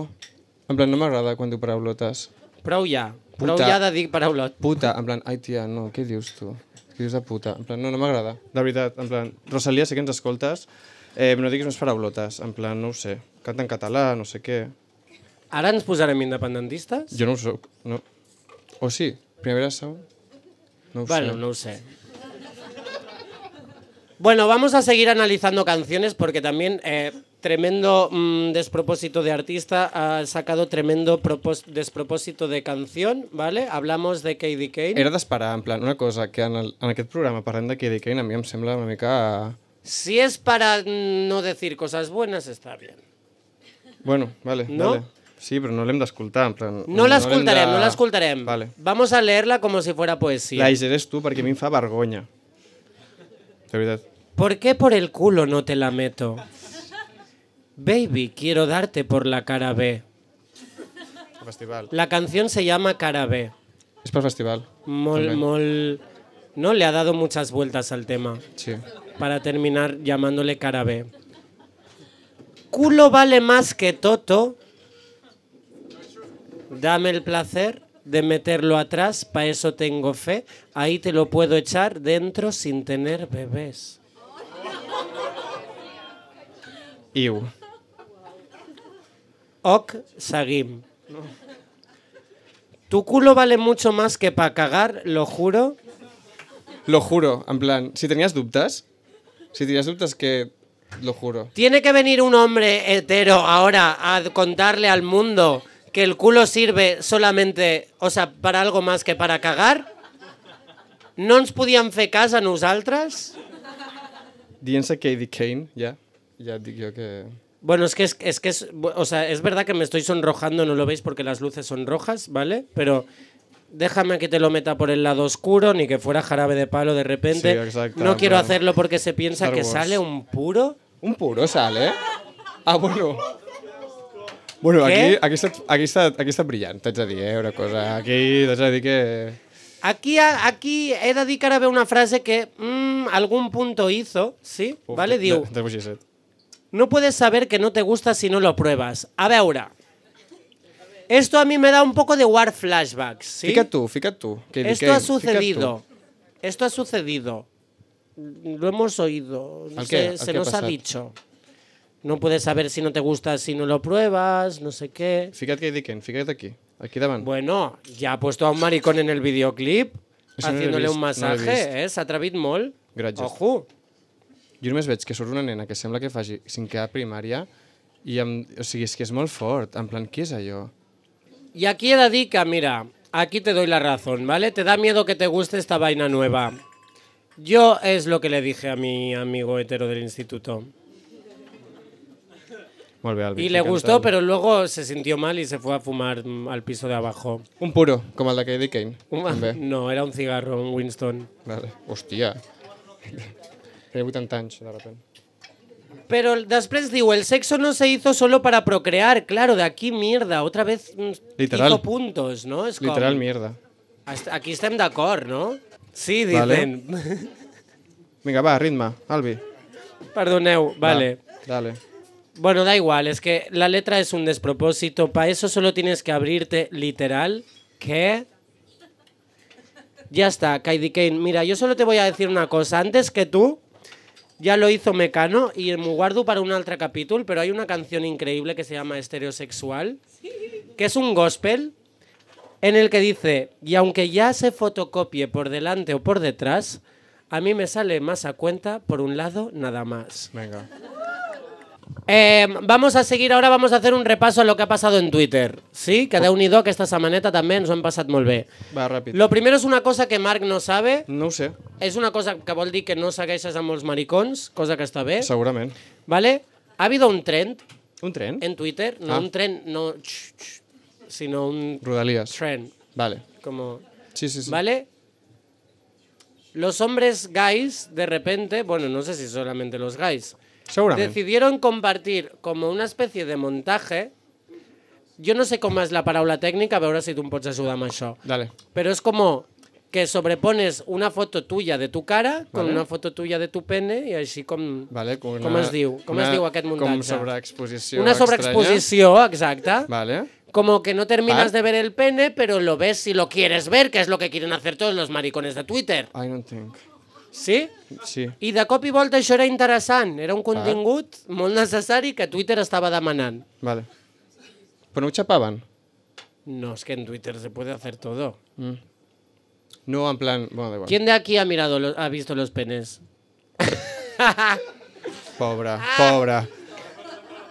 Speaker 3: En plan, no m'agrada quan diu paraulotes.
Speaker 2: Prou ja. Prou
Speaker 3: Puta.
Speaker 2: ja de dir paraulot.
Speaker 3: Puta, en plan, ai tia, no, què dius tu? Què dius de puta? En plan, no, no m'agrada. De veritat, en plan, Rosalia, sé que ens escoltes, eh, no diguis més paraulotes, en plan, no ho sé, canta en català, no sé què.
Speaker 2: Ara ens posarem independentistes?
Speaker 3: Jo no ho soc, no. O sí, Primavera Sound? No ho
Speaker 2: Bueno,
Speaker 3: sé.
Speaker 2: no lo sé. Bueno, vamos a seguir analizando canciones porque también eh, tremendo mm, despropósito de artista ha sacado tremendo propós- despropósito de canción, ¿vale? Hablamos de Katy Kane.
Speaker 3: Era d'esperar, en plan, una cosa que en, el, en aquest programa parlant de Katie Kane a mi em sembla una mica...
Speaker 2: Si es para mm, no decir cosas buenas, está bien.
Speaker 3: Pues Bueno, vale,
Speaker 2: No?
Speaker 3: vale. Sí, però no l'hem d'escoltar, en plan...
Speaker 2: No la
Speaker 3: l'hem
Speaker 2: escultaré,
Speaker 3: de-
Speaker 2: no la escultaré.
Speaker 3: Vale.
Speaker 2: Vamos a leerla como si fuera
Speaker 3: La
Speaker 2: poesía.
Speaker 3: llegerés tu perquè a mi em fa vergonya. De veritat.
Speaker 2: ¿Por qué por el culo no te la meto? Baby, quiero darte por la cara B.
Speaker 3: Festival.
Speaker 2: La canción se llama Cara B.
Speaker 3: És pel festival.
Speaker 2: Mol,
Speaker 3: També.
Speaker 2: mol. No le ha dado muchas vueltas al tema
Speaker 3: Sí.
Speaker 2: para terminar llamándole Cara B. Culo vale más que Toto. Dame el placer de meterlo atrás, pa' eso tengo fe. Ahí te lo puedo echar dentro sin tener bebés.
Speaker 3: Iu.
Speaker 2: Ok, Sagim. Tu culo vale mucho más que para cagar, lo juro.
Speaker 3: Lo juro, en plan, si tenies dubtes, si tenies dubtes que... Lo juro.
Speaker 2: Tiene que venir un hombre hetero ahora a contarle al mundo que el culo sirve solamente, o sea, para algo más que para cagar. No ens podíem fer cas a nosaltres?
Speaker 3: Dient-se Katie Kane, ja. Ja et dic jo que...
Speaker 2: Bueno, es que es, es que es, o sea, es verdad que me estoy sonrojando, no lo veis porque las luces son rojas, ¿vale? Pero déjame que te lo meta por el lado oscuro, ni que fuera jarabe de palo de repente.
Speaker 3: Sí, exacto,
Speaker 2: no quiero
Speaker 3: claro.
Speaker 2: hacerlo porque se piensa
Speaker 3: Star
Speaker 2: que
Speaker 3: Wars.
Speaker 2: sale un puro.
Speaker 3: Un puro sal, eh? Ah, bueno. Bueno,
Speaker 2: Què?
Speaker 3: aquí, aquí, ha estat, aquí, ha estat, aquí ha estat brillant, t'haig de dir, eh, una cosa. Aquí t'haig de dir que...
Speaker 2: Aquí, ha- aquí he de dir que ara ve una frase que mm, algún punto hizo, ¿sí?
Speaker 3: Uf,
Speaker 2: vale, diu,
Speaker 3: De, de, bogisset.
Speaker 2: no puedes saber que no te gusta si no lo pruebas. A veure, esto a mí me da un poco de war flashbacks, ¿sí?
Speaker 3: Fica't tu, fica't tu. Que,
Speaker 2: Esto
Speaker 3: que-
Speaker 2: ha
Speaker 3: fica't
Speaker 2: sucedido.
Speaker 3: tu.
Speaker 2: Esto ha sucedido. Lo hemos oído. No
Speaker 3: ¿Al
Speaker 2: sé,
Speaker 3: qué? ¿Al
Speaker 2: se
Speaker 3: qué ha
Speaker 2: nos ha
Speaker 3: pasado?
Speaker 2: dicho. No puedes saber si no te gusta, si no lo pruebas, no sé qué.
Speaker 3: Fica't que hi diquen, fica't aquí, aquí davant.
Speaker 2: Bueno, ya ha puesto a un maricón en el videoclip,
Speaker 3: Eso no lo he
Speaker 2: haciéndole
Speaker 3: vist,
Speaker 2: un
Speaker 3: no lo he vist.
Speaker 2: masaje, ¿eh? S'ha atrevit molt.
Speaker 3: Gràcies.
Speaker 2: Ojo.
Speaker 3: Jo només veig que surt una nena que sembla que faci cinquè a primària i em, o sigui, és que és molt fort. En plan, què és allò?
Speaker 2: Y aquí he de dir que, mira, aquí te doy la razón, ¿vale? Te da miedo que te guste esta vaina nueva. Yo es lo que le dije a mi amigo hetero del instituto.
Speaker 3: Molt bé, Albi.
Speaker 2: Y le
Speaker 3: fica't
Speaker 2: gustó,
Speaker 3: al-
Speaker 2: pero luego se sintió mal y se fue a fumar mm, al piso de abajo.
Speaker 3: Un puro, com el de Katie Kane. També.
Speaker 2: No, era un cigarro, un Winston.
Speaker 3: Vale. Hòstia. Té 80 anys, de repente.
Speaker 2: Pero el- després digo, el sexo no se hizo solo para procrear. Claro, de aquí mierda, otra vez mm,
Speaker 3: Literal.
Speaker 2: hizo puntos, ¿no? Es com-
Speaker 3: Literal, mierda.
Speaker 2: Hasta- Aquí estem d'acord, no? Sí,
Speaker 3: Vale.
Speaker 2: dicen.
Speaker 3: Vinga, va, ritme, Albi.
Speaker 2: Perdoneu, vale.
Speaker 3: Va, dale.
Speaker 2: Bueno, da igual, es que la letra es un despropósito. Para eso solo tienes que abrirte literal. ¿Qué? Ya está, Kaidi Kane. Mira, yo solo te voy a decir una cosa. Antes que tú, ya lo hizo Mecano y me guardo para un otro capítulo, pero hay una canción increíble que se llama Estereosexual, que es un gospel en el que dice, y aunque ya se fotocopie por delante o por detrás, a mí me sale más a cuenta por un lado nada más.
Speaker 3: Vinga.
Speaker 2: Eh, vamos a seguir, ahora vamos a hacer un repaso a lo que ha pasado en Twitter. Sí, que déu nhi que esta setmaneta també ens ho hem passat molt bé.
Speaker 3: Va, ràpid.
Speaker 2: Lo primero es una cosa que Marc no sabe,
Speaker 3: No ho sé,
Speaker 2: és una cosa que vol dir que no segueixes amb els maricons, cosa que està bé.
Speaker 3: segurament.
Speaker 2: Vale? Ha habido un trend
Speaker 3: Un tren?
Speaker 2: en Twitter, no
Speaker 3: Ah.
Speaker 2: un trend, no, ch, ch, sino un
Speaker 3: Rodalies.
Speaker 2: trend,
Speaker 3: Vale.
Speaker 2: como,
Speaker 3: Sí, sí, sí.
Speaker 2: ¿vale? Los hombres gays, de repente, bueno, no sé si solamente los gays,
Speaker 3: Segurament.
Speaker 2: decidieron compartir como una especie de montaje. Jo no sé com és la paraula tècnica, a veure si tu em pots ajudar amb això.
Speaker 3: Dale.
Speaker 2: Però és com que sobrepones una foto tuya de tu cara con una foto tuya de tu pene i així com...
Speaker 3: Vale, com, una,
Speaker 2: com es diu? Com es diu aquest muntatge?
Speaker 3: Com sobreexposició
Speaker 2: Una
Speaker 3: sobreexposició.
Speaker 2: sobreexposició, exacte.
Speaker 3: Vale.
Speaker 2: Como que no terminas
Speaker 3: Vale.
Speaker 2: de ver el pene, pero lo ves si lo quieres ver, que es lo que quieren hacer todos los maricones de Twitter.
Speaker 3: Ai, no entenc.
Speaker 2: ¿Sí?
Speaker 3: Sí.
Speaker 2: I de cop i volta això era interessant, era un contingut molt necessari que Twitter estava demanant.
Speaker 3: Vale. Però no ho xapaven?
Speaker 2: No, es que en Twitter se puede hacer todo.
Speaker 3: No, en plan... Bueno, da igual.
Speaker 2: ¿Quién de aquí ha mirado, lo- ha visto los penes?
Speaker 3: Pobre, pobre.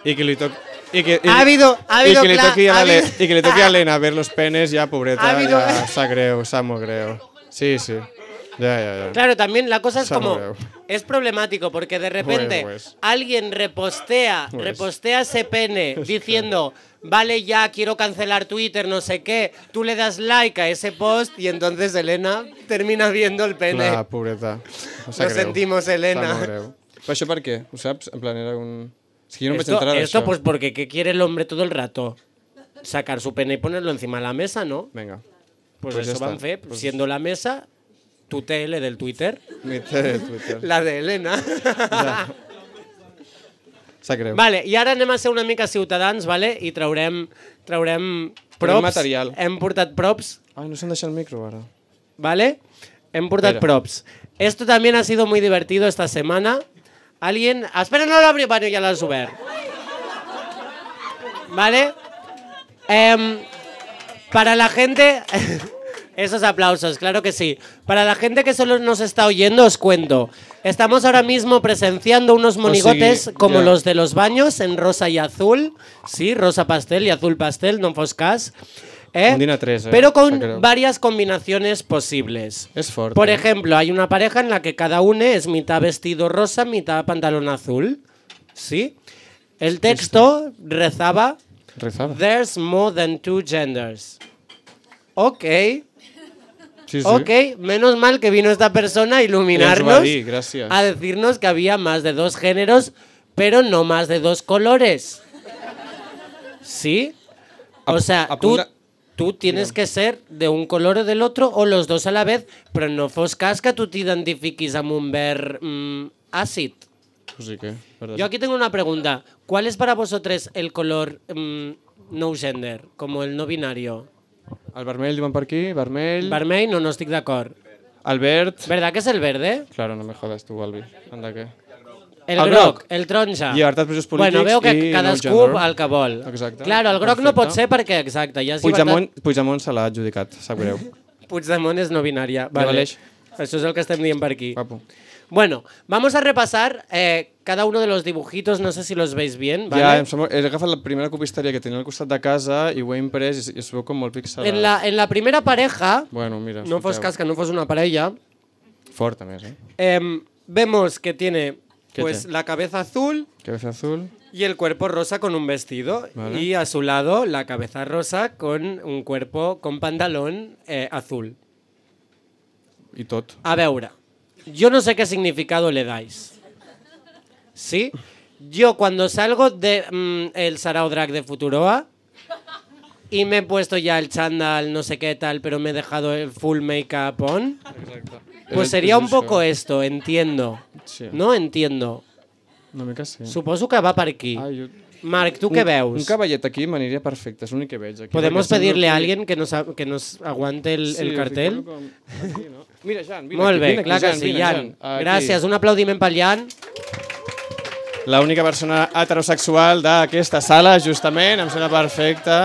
Speaker 3: I que li toqui... I que, i,
Speaker 4: Ah. Ha habido- ha habido
Speaker 3: i que li
Speaker 4: cla-
Speaker 3: toqui a
Speaker 4: ha
Speaker 3: l'Ele-
Speaker 4: habido-
Speaker 3: I que li toqui a l'Helena ver los penes, ja, pobreta,
Speaker 4: Ha habido-
Speaker 3: ja, sap greu, sap molt greu. Sí, sí. Ja, ja, ja.
Speaker 2: Claro, también la cosa es
Speaker 3: Se ha
Speaker 2: como...
Speaker 3: movido.
Speaker 2: Es problemático porque de repente
Speaker 3: Pues, pues.
Speaker 2: alguien repostea,
Speaker 3: Pues.
Speaker 2: repostea ese pene diciendo, vale ya, quiero cancelar Twitter, no sé qué. Tú le das like a ese post y entonces Elena termina viendo el pene.
Speaker 3: Clar, pobreta. Em sap
Speaker 2: Lo
Speaker 3: greu.
Speaker 2: sentimos, Helena.
Speaker 3: Sap molt greu. Però això per què? Ho saps? En plan, era un... És que jo no em vaig
Speaker 2: esto,
Speaker 3: enterar
Speaker 2: esto,
Speaker 3: d'això.
Speaker 2: pues porque ¿qué quiere el hombre todo el rato? Sacar su pene y ponerlo encima de la mesa, ¿no?
Speaker 3: Vinga.
Speaker 2: Pues,
Speaker 3: Pues ya
Speaker 2: eso
Speaker 3: está.
Speaker 2: van fe,
Speaker 3: Pues-
Speaker 2: siendo la mesa tu TL del Twitter,
Speaker 3: Mi té Twitter.
Speaker 2: la de Elena.
Speaker 3: Sap greu.
Speaker 2: vale, i ara anem a ser una mica ciutadans, vale? I traurem, traurem props.
Speaker 3: Traurem material.
Speaker 2: Hem portat props,
Speaker 3: Ai, no s'han deixat el micro, ara.
Speaker 2: ¿vale? Hem portat
Speaker 3: Espera.
Speaker 2: props. Esto también ha sido muy divertido esta semana. Alguien... ah, Espera, no lo abrí. Bueno, ya lo has obert. ¿Vale? Em, para la gente... Esos aplausos, claro que sí. Para la gente que solo nos está oyendo, os cuento. Estamos ahora mismo presenciando
Speaker 3: Oh,
Speaker 2: unos monigotes
Speaker 3: sigui,
Speaker 2: como
Speaker 3: ja.
Speaker 2: los de los baños en rosa y azul. Sí, rosa pastel y azul pastel, no foscas. ¿eh?
Speaker 3: Un dina tres, eh,
Speaker 2: Pero
Speaker 3: yo
Speaker 2: con
Speaker 3: creo.
Speaker 2: varias combinaciones posibles.
Speaker 3: És fort.
Speaker 2: Por
Speaker 3: eh?
Speaker 2: ejemplo, hay una pareja en la que cada uno es mitad vestido rosa, mitad pantalón azul. ¿Sí? El texto rezaba,
Speaker 3: Rezava.
Speaker 2: There's more than two genders. Ok,
Speaker 3: Sí, sí.
Speaker 2: ok, menos mal que vino esta persona a
Speaker 3: Ya os
Speaker 2: iluminarnos,
Speaker 3: lo di, gracias.
Speaker 2: a decirnos que había más de dos géneros, pero no más de dos colores. Sí.
Speaker 3: Ap-
Speaker 2: O sea, tú,
Speaker 3: apunta-
Speaker 2: tú tienes que ser de un color o del otro o los dos a la vez, però no fos cas que tu t'identifiquis amb un verd mm, àcid.
Speaker 3: O sigui que, perdó.
Speaker 2: Yo aquí tengo una pregunta. ¿Cuál es para vosotros el color mm, no gender, como el no binario?
Speaker 3: El vermell, diuen per aquí, vermell...
Speaker 2: El vermell no, no estic d'acord.
Speaker 3: El verd...
Speaker 2: ¿Verdad que es el verde?
Speaker 3: Claro, no me jodas tu, Albi. Anda, què?
Speaker 2: El,
Speaker 3: El
Speaker 2: groc,
Speaker 3: groc.
Speaker 2: el taronja.
Speaker 3: Llibertat, presos
Speaker 2: Bueno,
Speaker 3: polítics
Speaker 2: veu que
Speaker 3: i no
Speaker 2: cadascú
Speaker 3: gender.
Speaker 2: el que vol.
Speaker 3: Exacte.
Speaker 2: Claro, el groc no
Speaker 3: Perfecte.
Speaker 2: pot ser perquè, exacte, ja és
Speaker 3: Puigdemont, Puigdemont se l'ha adjudicat, sap greu.
Speaker 2: llibertat. Puigdemont és no binària. Vale.
Speaker 3: valeix.
Speaker 2: Això és el que estem dient per aquí.
Speaker 3: Guapo.
Speaker 2: Bueno, vamos a repasar eh, cada uno de los dibujitos, no sé si los veis bien, ¿vale?
Speaker 3: Ja, em sembla, he agafat la primera copisteria que tenia al costat de casa i ho he imprès i, es- i es veu com molt pixelat.
Speaker 2: en, la, en la primera pareja,
Speaker 3: Bueno, mira,
Speaker 2: no fos
Speaker 3: escolteu.
Speaker 2: cas que no fos una parella,
Speaker 3: Fort, a més, eh?
Speaker 2: Em, vemos que tiene
Speaker 3: ¿Qué
Speaker 2: pues
Speaker 3: tiene?
Speaker 2: la cabeza azul
Speaker 3: Cabeza azul.
Speaker 2: y el cuerpo rosa con un vestido
Speaker 3: Vale.
Speaker 2: y a su lado la cabeza rosa con un cuerpo con pantalón eh, azul.
Speaker 3: I tot.
Speaker 2: A veure, yo no sé qué significado le dais. ¿Sí? Yo cuando salgo de mm, el Sarao Drag de Futuroa y me he puesto ya el chándal, no sé qué tal, pero me he dejado el full make-up on, pues
Speaker 3: És-
Speaker 2: sería
Speaker 3: és
Speaker 2: un poco
Speaker 3: això.
Speaker 2: esto, entiendo.
Speaker 3: Sí.
Speaker 2: No entiendo.
Speaker 3: Una mica sí.
Speaker 2: Suposo que va per aquí.
Speaker 3: Ai, jo...
Speaker 2: Marc, ¿tú qué
Speaker 3: un, Un
Speaker 2: veus?
Speaker 3: cavallet aquí m'aniria perfecte, és l'únic que veig. Aquí,
Speaker 2: ¿Podemos
Speaker 3: perquè sembla
Speaker 2: pedirle
Speaker 3: que-
Speaker 2: a alguien que nos, a- que nos aguante el,
Speaker 3: Sí,
Speaker 2: el
Speaker 3: ho
Speaker 2: cartel?
Speaker 3: fiquem com Aquí, no? Mira, Jan, vine
Speaker 2: Molt
Speaker 3: aquí, vine
Speaker 2: bé,
Speaker 3: aquí,
Speaker 2: clar que
Speaker 3: Jan,
Speaker 2: sí,
Speaker 3: vine,
Speaker 2: Jan.
Speaker 3: Aquí.
Speaker 2: Gràcies, un aplaudiment pel Jan.
Speaker 3: L'única persona heterosexual d'aquesta sala, justament, em sembla perfecte.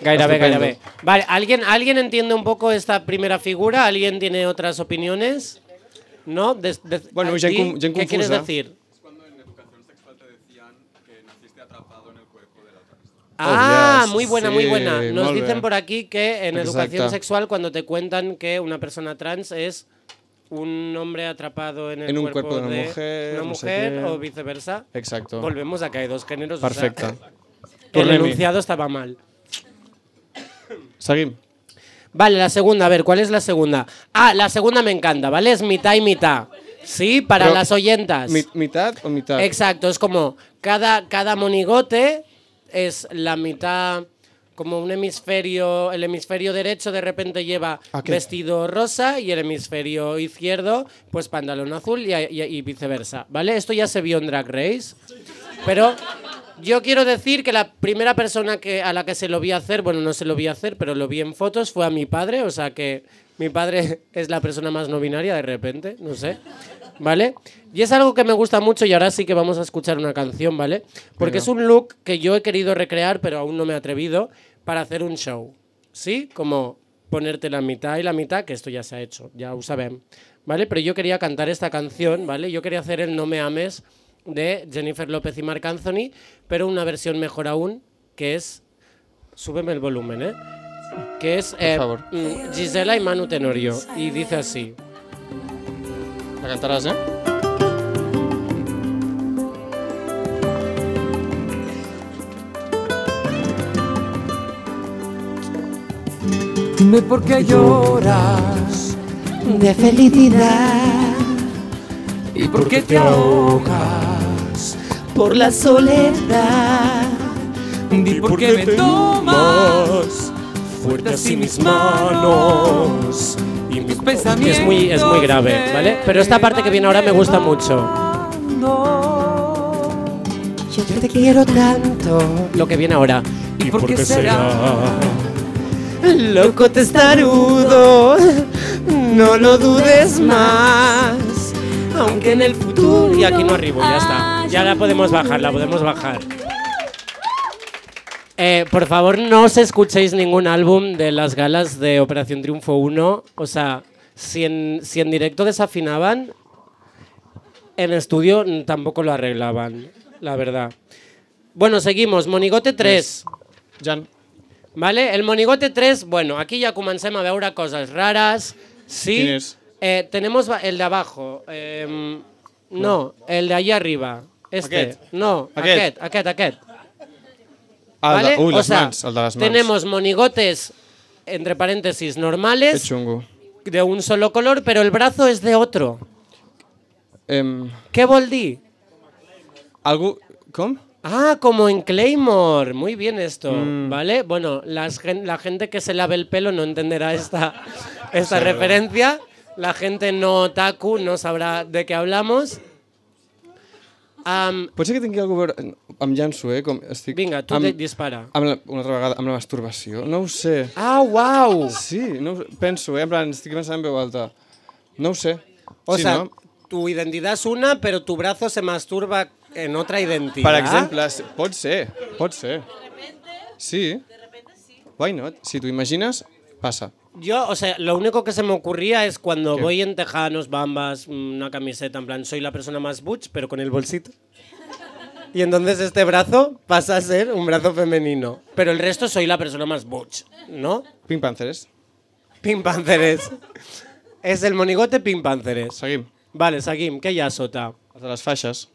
Speaker 2: Gairebé,
Speaker 3: Estupendo.
Speaker 2: gairebé. Vale, ¿alguien, ¿alguien entiende un poco esta primera figura? ¿Alguien tiene otras opiniones? ¿No? De- de-
Speaker 3: Bueno,
Speaker 2: a
Speaker 3: gent
Speaker 2: ti,
Speaker 3: com- gent
Speaker 2: ¿Qué quieres
Speaker 3: confusa.
Speaker 2: decir?
Speaker 3: Oh,
Speaker 2: Ah,
Speaker 3: yes,
Speaker 2: muy buena, muy
Speaker 3: sí,
Speaker 2: buena. Nos
Speaker 3: molt
Speaker 2: dicen
Speaker 3: bé.
Speaker 2: por aquí que en educación
Speaker 3: Exacte.
Speaker 2: sexual cuando te cuentan que una persona trans es un hombre atrapado en el
Speaker 3: En un
Speaker 2: cuerpo,
Speaker 3: cuerpo de una
Speaker 2: de
Speaker 3: mujer,
Speaker 2: una
Speaker 3: no sé
Speaker 2: mujer
Speaker 3: qué.
Speaker 2: o viceversa,
Speaker 3: Exacte.
Speaker 2: volvemos a que hay dos géneros. o sea,
Speaker 3: Perfecte.
Speaker 2: el
Speaker 3: Tornem-hi.
Speaker 2: enunciado estaba mal.
Speaker 3: Seguim.
Speaker 2: Vale, la segunda, a ver, ¿cuál es la segunda? Ah, la segunda me encanta, ¿vale? Es mitad y mitad. Sí, para
Speaker 3: Pero-
Speaker 2: las oyentas.
Speaker 3: Mi, mitat o mitat?
Speaker 2: Exacto, es como cada, cada monigote es la mitad, como un hemisferio, el hemisferio derecho de repente lleva
Speaker 3: Aquí.
Speaker 2: vestido rosa y el hemisferio izquierdo pues pantalón azul y, y- y viceversa, ¿vale? Esto ya se vio en Drag Race, pero yo quiero decir que la primera persona que, a la que se lo vi hacer, bueno, no se lo vi hacer, pero lo vi en fotos, fue a mi padre, o sea que mi padre es la persona más no binaria de repente, no sé, ¿vale? Y es algo que me gusta mucho y ahora sí que vamos a escuchar una canción, ¿vale? Porque
Speaker 3: Venga.
Speaker 2: es un look que yo he querido recrear, pero aún no me he atrevido, para hacer un show, ¿sí? Como ponerte la mitad y la mitad, que esto ya se ha hecho, ya lo saben, ¿vale? Pero yo quería cantar esta canción, ¿vale? Yo quería hacer el No me ames de Jennifer López y Marc Anthony, pero una versión mejor aún, que es... Súbeme el volumen, ¿eh? Que es eh,
Speaker 3: favor.
Speaker 2: mm, Gisela y Manu Tenorio, y dice así.
Speaker 3: La cantaràs, eh?
Speaker 1: Dime por qué lloras
Speaker 4: de felicidad
Speaker 1: y por qué te ahogas.
Speaker 4: por la soledad.
Speaker 1: Di por qué me tomas fuerte así mis manos y mis
Speaker 2: Que
Speaker 1: pensamientos.
Speaker 2: es muy, es muy grave, ¿vale? Pero esta parte que viene ahora me gusta mucho.
Speaker 4: Yo te quiero tanto,
Speaker 2: Lo que viene ahora.
Speaker 1: ¿Y por qué será?
Speaker 4: loco testarudo, no lo dudes más, aunque en el futuro
Speaker 2: Y aquí no arribo, ya está. Ya la podemos bajar, la podemos bajar. Eh, por favor, no os escuchéis ningún álbum de las galas de Operación Triunfo 1. O sea, si en, si en directo desafinaban, en estudio mm, tampoco lo arreglaban, la verdad. Bueno, seguimos. Monigote 3.
Speaker 3: Jan.
Speaker 2: Vale? El monigote 3, bueno, aquí ya comencem a veure coses rares. Sí.
Speaker 3: Quin és?
Speaker 2: Eh, tenemos va- el de abajo. em, no, el de allí arriba. Este.
Speaker 3: Aquest.
Speaker 2: No,
Speaker 3: Aquest.
Speaker 2: aquest, aquest, aquest.
Speaker 3: Ah, el
Speaker 2: ¿vale?
Speaker 3: de, ui,
Speaker 2: O
Speaker 3: les
Speaker 2: sea,
Speaker 3: mans, el de les mans.
Speaker 2: Tenemos monigotes, entre paréntesis,
Speaker 3: Que
Speaker 2: normales,
Speaker 3: xungo.
Speaker 2: de un solo color, pero el brazo es de otro.
Speaker 3: Em,
Speaker 2: ¿Qué vol dir?
Speaker 3: algú... Com?
Speaker 2: Ah, como en Claymore. Muy bien esto,
Speaker 3: Mm.
Speaker 2: ¿vale? Bueno, las gen- la gente que se lave el pelo no entenderá esta, esta referencia. La gente no otaku no sabrá de qué hablamos. Am,
Speaker 3: Pot ser que tingui alguna cosa a veure... Em llanço, eh? Com estic...
Speaker 2: vinga, tu
Speaker 3: amb,
Speaker 2: te- dispara.
Speaker 3: amb la, una altra vegada, amb la masturbació. No ho sé.
Speaker 2: Ah, wow.
Speaker 3: Sí, no, ho- penso, eh? En plan, estic pensant en veu alta. No ho sé.
Speaker 2: O
Speaker 3: Sí,
Speaker 2: sea,
Speaker 3: no?
Speaker 2: tu identidad es una, pero tu brazo se masturba en otra identidad.
Speaker 3: Per exemple, s- pot ser, pot ser. Sí. Why not? Si t'ho imagines, passa.
Speaker 2: Yo, o sea, lo único que se me ocurría es cuando
Speaker 3: ¿Qué?
Speaker 2: voy en tejanos, bambas, una camiseta, en plan, soy la persona más butch, pero con el bolsito. Y entonces este brazo pasa a ser un brazo femenino. Pero el resto soy la persona más butch, ¿no?
Speaker 3: Pink Panthers.
Speaker 2: Pim Panzeres. Es el monigote Pim Panzeres.
Speaker 3: Seguim.
Speaker 2: Vale, seguim. Què hi ha a sota?
Speaker 3: Els de les faixes.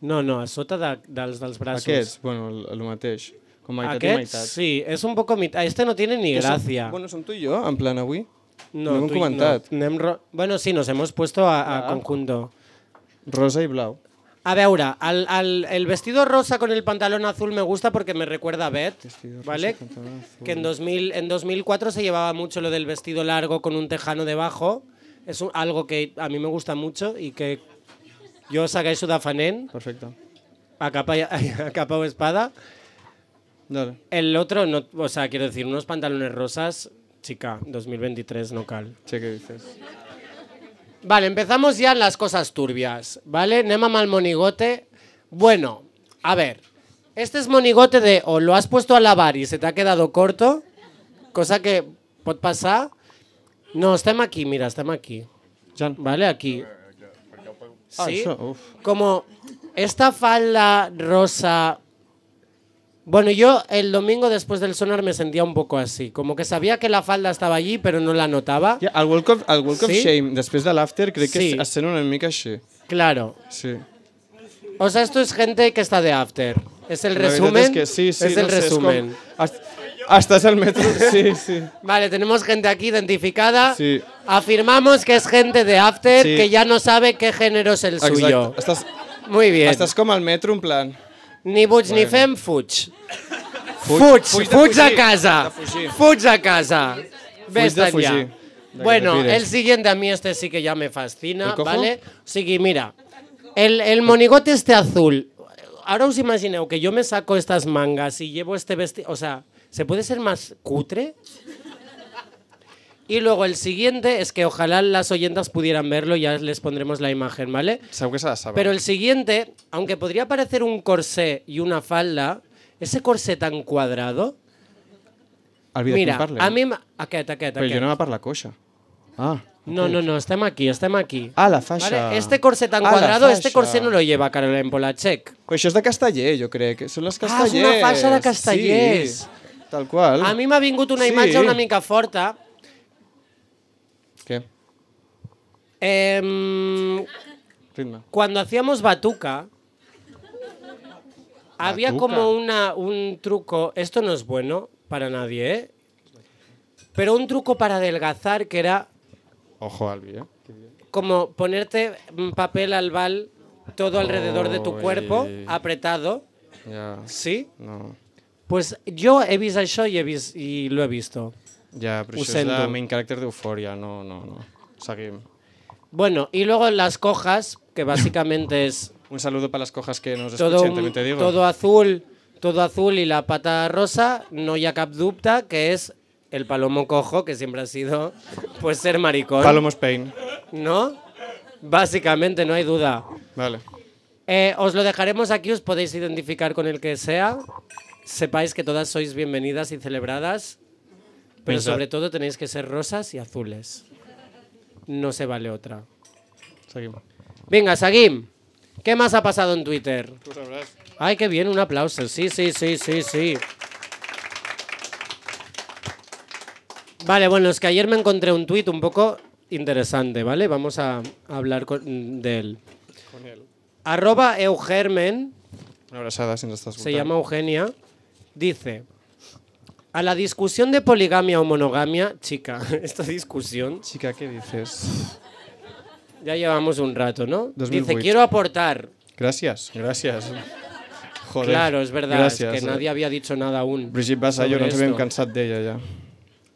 Speaker 2: No, no, a sota de, dels, dels braços.
Speaker 3: Aquests, bueno, el, el mateix. Com meitat i
Speaker 2: Aquest,
Speaker 3: meitat.
Speaker 2: sí, és un poco mitad. Este no tiene ni
Speaker 3: Que som-
Speaker 2: gracia.
Speaker 3: Bueno, som tu i jo, en plan avui. no hem
Speaker 2: tú y-
Speaker 3: comentat.
Speaker 2: no, anem ro- Bueno, sí, nos hemos puesto a,
Speaker 3: Ah.
Speaker 2: a conjunto.
Speaker 3: Rosa i blau.
Speaker 2: A ver, ahora, al, al- el vestido rosa con el pantalón azul me gusta porque me recuerda a Beth,
Speaker 3: Vestido
Speaker 2: ¿vale?
Speaker 3: rosa, pantalón azul.
Speaker 2: Que en, 2000, en 2004 se llevaba mucho lo del vestido largo con un tejano debajo. Es un- algo que a mí me gusta mucho y que yo saqué su dafanén
Speaker 3: Perfecte.
Speaker 2: a capa, y- a capa o espada.
Speaker 3: Dale.
Speaker 2: El otro, no, o sea, quiero decir, unos pantalones rosas, chica, 2023, no cal.
Speaker 3: Che, què dices?
Speaker 2: Vale, empezamos ya en las cosas turbias, ¿vale? Nema mal monigote. Bueno, a ver. Este es monigote de o lo has puesto a lavar y se te ha quedado corto, cosa que puede pasar. No, estamos aquí, mira, estamos aquí.
Speaker 3: Jan.
Speaker 2: ¿Vale? Aquí.
Speaker 3: Ah,
Speaker 2: Sí.
Speaker 3: això, uf.
Speaker 2: Como esta falda rosa. Bueno, yo el domingo después del sonar me sentía un poco así, como que sabía que la falda estaba allí, pero no la notaba.
Speaker 3: Ja, el Walk of, el Walk of
Speaker 2: Sí?
Speaker 3: Shame, després de l'After, crec que
Speaker 2: Sí.
Speaker 3: es, es sent una mica així.
Speaker 2: Claro,
Speaker 3: Sí.
Speaker 2: O sea, esto es gente que está de after. Es el
Speaker 3: La veritat
Speaker 2: resumen.
Speaker 3: És que sí, sí,
Speaker 2: es
Speaker 3: no
Speaker 2: el
Speaker 3: sé,
Speaker 2: resumen.
Speaker 3: És com, est- estàs al metro. Sí, sí.
Speaker 2: Vale, tenemos gente aquí identificada.
Speaker 3: Sí.
Speaker 2: Afirmamos que es gente de after
Speaker 3: Sí.
Speaker 2: que ya no sabe qué género es el suyo.
Speaker 3: Estàs,
Speaker 2: Muy bien.
Speaker 3: estàs com al metro, en plan...
Speaker 2: Ni Butch ni Fem, fuig. Fuig,
Speaker 3: fuig
Speaker 2: fuig,
Speaker 3: de
Speaker 2: a
Speaker 3: fugir,
Speaker 2: casa.
Speaker 3: de fugir.
Speaker 2: Fuig a casa. Ves
Speaker 3: de
Speaker 2: allá.
Speaker 3: fugir, de que
Speaker 2: Bueno,
Speaker 3: te pires.
Speaker 2: el siguiente a mí este sí que ya me fascina,
Speaker 3: ¿El cojo?
Speaker 2: ¿vale? Sí que mira, el, el monigote este azul. Ahora os imagineu que yo me saco estas mangas y llevo este vestido, o sea, ¿se puede ser más cutre? Y luego el siguiente es que ojalá las oyentas pudieran verlo, ya les pondremos la imagen, ¿vale?
Speaker 3: Segur que se la saben.
Speaker 2: Pero el siguiente, aunque podría parecer un corsé y una falda, ese corsé tan cuadrado.
Speaker 3: El vida
Speaker 2: Mira,
Speaker 3: que parla.
Speaker 2: a ah, mi... m'ha- Aquest, aquest,
Speaker 3: Però
Speaker 2: aquest.
Speaker 3: jo anava per la coixa. Ah.
Speaker 2: No, no, no, estem aquí, estem aquí.
Speaker 3: Ah, la faixa.
Speaker 2: Vale, Este corsé tan
Speaker 3: Ah, la
Speaker 2: cuadrado, este
Speaker 3: faixa.
Speaker 2: corsé no lo lleva Carolina Polachek.
Speaker 3: Però això és Pues de casteller, jo crec. Són les
Speaker 2: Ah, és
Speaker 3: castellers.
Speaker 2: una faixa de castellers.
Speaker 3: Sí, tal qual.
Speaker 2: A mi m'ha vingut una
Speaker 3: Sí.
Speaker 2: imatge una mica forta.
Speaker 3: Què?
Speaker 2: Em,
Speaker 3: Ritme.
Speaker 2: cuando hacíamos batuca, había
Speaker 3: Batuca.
Speaker 2: como una, un truco, esto no es bueno para nadie, ¿eh? pero un truco para adelgazar que era
Speaker 3: Ojo, Albi, eh?
Speaker 2: como ponerte mm, papel albal todo alrededor de tu
Speaker 3: Uy.
Speaker 2: cuerpo, apretado,
Speaker 3: Ja...
Speaker 2: ¿sí?
Speaker 3: No.
Speaker 2: Pues yo he visto eso y, he vis- y lo he visto.
Speaker 3: Ja, però
Speaker 2: Ho
Speaker 3: això
Speaker 2: sento.
Speaker 3: és el main character d'Eufòria. No, no, no. Seguim.
Speaker 2: Bueno, y luego las cojas, que básicamente es
Speaker 3: Un saludo para las cojas que nos
Speaker 2: todo,
Speaker 3: escuchen,
Speaker 2: un-
Speaker 3: también te digo.
Speaker 2: todo azul, todo azul y la pata rosa, no ya capdupta, que es el palomo cojo, que siempre ha sido pues ser maricón,
Speaker 3: Palomo Spain.
Speaker 2: ¿no? Básicamente, no hay duda.
Speaker 3: Vale.
Speaker 2: Eh, os lo dejaremos aquí, os podéis identificar con el que sea. Sepáis que todas sois bienvenidas y celebradas, pero
Speaker 3: Pensad.
Speaker 2: sobre todo tenéis que ser rosas y azules. No se vale otra.
Speaker 3: Seguim.
Speaker 2: Venga, Sagim, ¿qué más ha pasado en Twitter? Ay, qué bien, un aplauso. Sí, sí, sí, sí, sí. Vale, bueno, es que ayer me encontré un tuit un poco interesante, ¿vale? Vamos a hablar con- mm, de él. Arroba Eugermen,
Speaker 3: Una abraçada si ens estàs
Speaker 2: se llama Eugenia, dice, a la discusión de poligamia o monogamia, chica, esta discusión
Speaker 3: Chica, què dices?
Speaker 2: ya llevamos un rato, ¿no? Dice,
Speaker 3: 2008.
Speaker 2: quiero aportar
Speaker 3: Gràcies. Gràcies. Joder.
Speaker 2: Claro, es verdad,
Speaker 3: Gracias. eh.
Speaker 2: es que nadie había dicho nada aún.
Speaker 3: Brigitte Basayo,
Speaker 2: sobre
Speaker 3: nos habíamos
Speaker 2: esto.
Speaker 3: cansado de ella ya.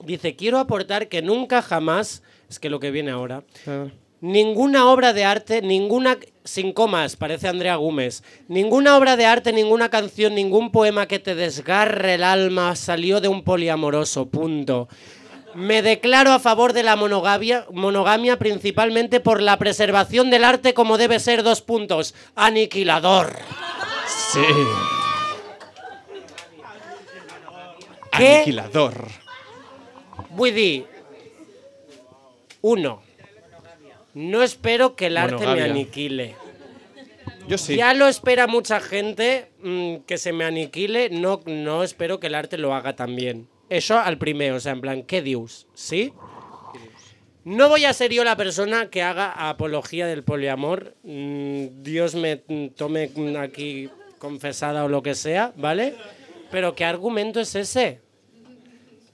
Speaker 2: Dice, quiero aportar que nunca jamás, es que lo que viene ahora,
Speaker 3: Ah.
Speaker 2: Ninguna obra de arte, ninguna, sin comas, parece Andrea Gómez, ninguna obra de arte, ninguna canción, ningún poema que te desgarre el alma salió de un poliamoroso, punto. Me declaro a favor de la monogamia, monogamia principalmente por la preservación del arte como debe ser, dos puntos, aniquilador.
Speaker 3: Sí.
Speaker 2: ¿Qué?
Speaker 3: Aniquilador.
Speaker 2: Vull dir, uno, no espero que el arte
Speaker 3: Monogamia.
Speaker 2: me aniquile.
Speaker 3: Yo sí.
Speaker 2: Ya lo espera mucha gente mm, que se me aniquile. No, no espero que el arte lo haga también. Eso al primero, o sea, en plan, ¿qué dios? ¿Sí? No voy a ser yo la persona que haga apología del poliamor. Mm, Dios me mm, tome mm, aquí confesada o lo que sea, ¿vale? Pero ¿qué argumento es ese?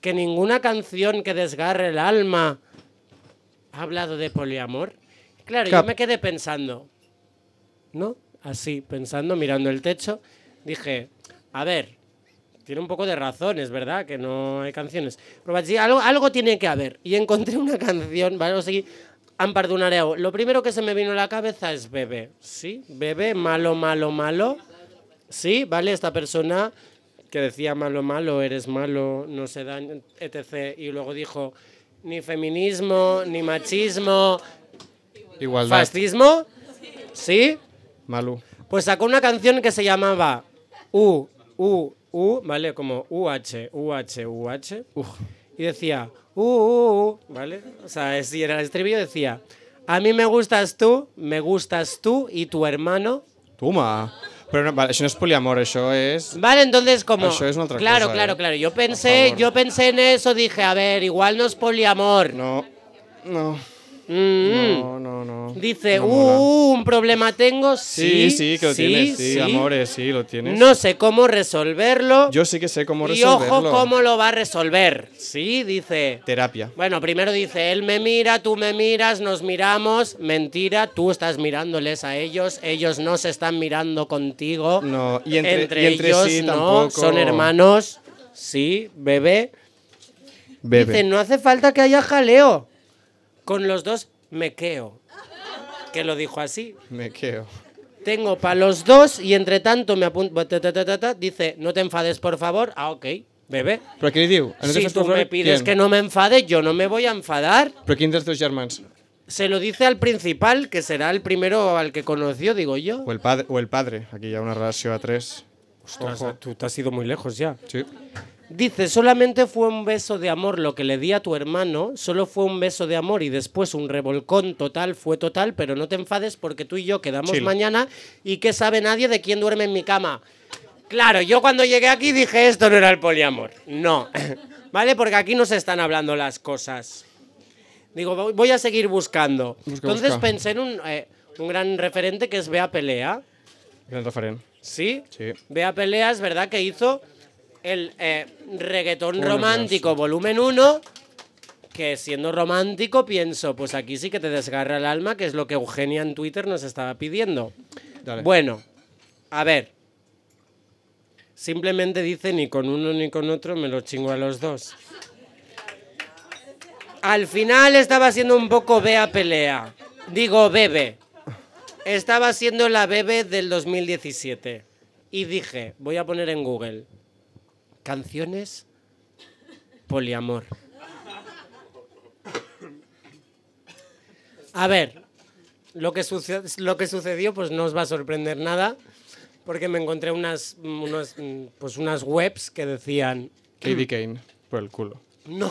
Speaker 2: Que ninguna canción que desgarre el alma ha hablado de poliamor. Claro,
Speaker 3: Cap.
Speaker 2: yo me quedé pensando, ¿no? Así, pensando, mirando el techo, dije, a ver, tiene un poco de razón, es verdad, que no hay canciones. Però vaig dir, algo, algo tiene que haber. Y encontré una canción, ¿vale? O sigui, em perdonareu. Lo primero que se me vino a la cabeza es bebé, ¿sí? Bebé, malo, malo, malo. Sí, ¿vale? Esta persona que decía malo, malo, eres malo, no se daña, etc. Y luego dijo, ni feminismo, ni machismo,
Speaker 3: Igualdad.
Speaker 2: fascismo. ¿Sí?
Speaker 3: Malu.
Speaker 2: Pues sacó una canción que se llamaba U, U, U, ¿vale? Como UH, UH, UH. Y decía, U, U, U, ¿vale? O sea, es- y en el estribillo decía, a mí me gustas tú, me gustas tú y tu hermano.
Speaker 3: Toma. Però no, vale, això no és poliamor, això és...
Speaker 2: Vale, entonces como...
Speaker 3: Eso es una otra
Speaker 2: claro,
Speaker 3: cosa,
Speaker 2: claro,
Speaker 3: eh.
Speaker 2: claro. Yo
Speaker 3: Por
Speaker 2: pensé,
Speaker 3: favor.
Speaker 2: yo pensé en eso, dije, a ver, igual no es poliamor.
Speaker 3: No, no,
Speaker 2: Mm, mm.
Speaker 3: no, no, no.
Speaker 2: Dice,
Speaker 3: No mola.
Speaker 2: uh, un problema tengo. Sí,
Speaker 3: Sí, sí, que lo tienes, sí, amores, sí, lo tienes.
Speaker 2: No sé cómo resolverlo.
Speaker 3: Yo sí que sé cómo
Speaker 2: Y ojo
Speaker 3: resolverlo.
Speaker 2: cómo lo va a resolver. Sí, dice.
Speaker 3: Terapia.
Speaker 2: Bueno, primero dice, él me mira, tú me miras, nos miramos. Mentira, tú estás mirándoles a ellos, ellos no se están mirando contigo.
Speaker 3: No, y entre- y entre
Speaker 2: ellos
Speaker 3: sí
Speaker 2: no,
Speaker 3: tampoco.
Speaker 2: son hermanos. Sí, bebé. Dice,
Speaker 3: Bebe.
Speaker 2: no hace falta que haya jaleo. Con los dos me queo. Que lo dijo así.
Speaker 3: Me quedo.
Speaker 2: Tengo para los dos y entre tanto me apunto. Dice, no te enfades, por favor. Ah, ok, bebé.
Speaker 3: Però què li diu? A no
Speaker 2: Si
Speaker 3: te fas
Speaker 2: tú me
Speaker 3: favor,
Speaker 2: pides
Speaker 3: ¿quién?
Speaker 2: que no me enfade, yo no me voy a enfadar.
Speaker 3: Però quin dels teus germans?
Speaker 2: Se lo dice al principal, que será el primero al que conoció, digo yo.
Speaker 3: O el, padre, o el padre. Aquí hi ha una relació a tres. Ojo.
Speaker 2: tú te has ido muy lejos ya.
Speaker 3: Sí.
Speaker 2: Dice, solamente fue un beso de amor lo que le di a tu hermano, solo fue un beso de amor y después un revolcón total fue total, pero no te enfades porque tú y yo quedamos
Speaker 3: Chill.
Speaker 2: mañana y que sabe nadie de quién duerme en mi cama. Claro, yo cuando llegué aquí dije, esto no era el poliamor. No, ¿vale? Porque aquí no se están hablando las cosas. Digo, voy- voy a seguir buscando.
Speaker 3: Busca,
Speaker 2: Entonces
Speaker 3: busca.
Speaker 2: pensé en un, eh, un gran referente que es Bea Pelea.
Speaker 3: Gran referent.
Speaker 2: ¿Sí?
Speaker 3: Sí.
Speaker 2: Bea Pelea es verdad que hizo el eh, reggaetón
Speaker 3: Uno
Speaker 2: romántico volumen 1, que siendo romántico pienso, pues aquí sí que te desgarra el alma, que es lo que Eugenia en Twitter nos estaba pidiendo.
Speaker 3: Dale.
Speaker 2: Bueno, a ver. Simplemente dice ni con uno ni con otro me los chingo a los dos. Al final estaba siendo un poco Bea Pelea. Digo, bebe. Estaba siendo la bebé del 2017. Y dije, voy a poner en Google, canciones poliamor. A ver, lo que, suce- lo que sucedió pues no os va a sorprender nada, porque me encontré unas, mm, unas, mm, pues, unas webs que decían,
Speaker 3: Katie Kane. Por el culo.
Speaker 2: no.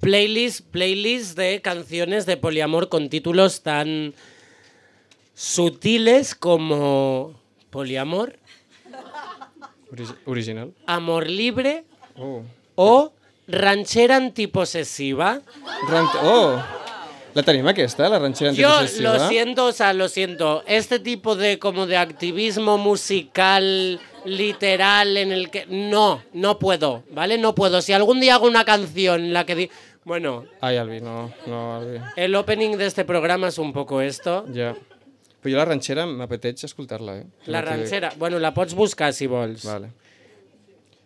Speaker 2: Playlist, playlist de canciones de poliamor con títulos tan sutiles como poliamor,
Speaker 3: Origi- original.
Speaker 2: amor libre
Speaker 3: Oh.
Speaker 2: o ranchera antiposesiva.
Speaker 3: Rant oh! La tenim aquesta, la ranxera
Speaker 2: Yo
Speaker 3: antipossessiva?
Speaker 2: lo siento, o sea, lo siento. Este tipo de como de activismo musical literal en el que no, no puedo, ¿vale? No puedo. Si algún día hago una canción en la que di bueno,
Speaker 3: Ai, Albi, no, no, Albi.
Speaker 2: El opening de este programa es un poco esto.
Speaker 3: Ja. Però jo la ranxera m'apeteix escoltar-la, eh?
Speaker 2: La
Speaker 3: No t'ho dic.
Speaker 2: ranxera. Bueno, la pots buscar si vols.
Speaker 3: Vale.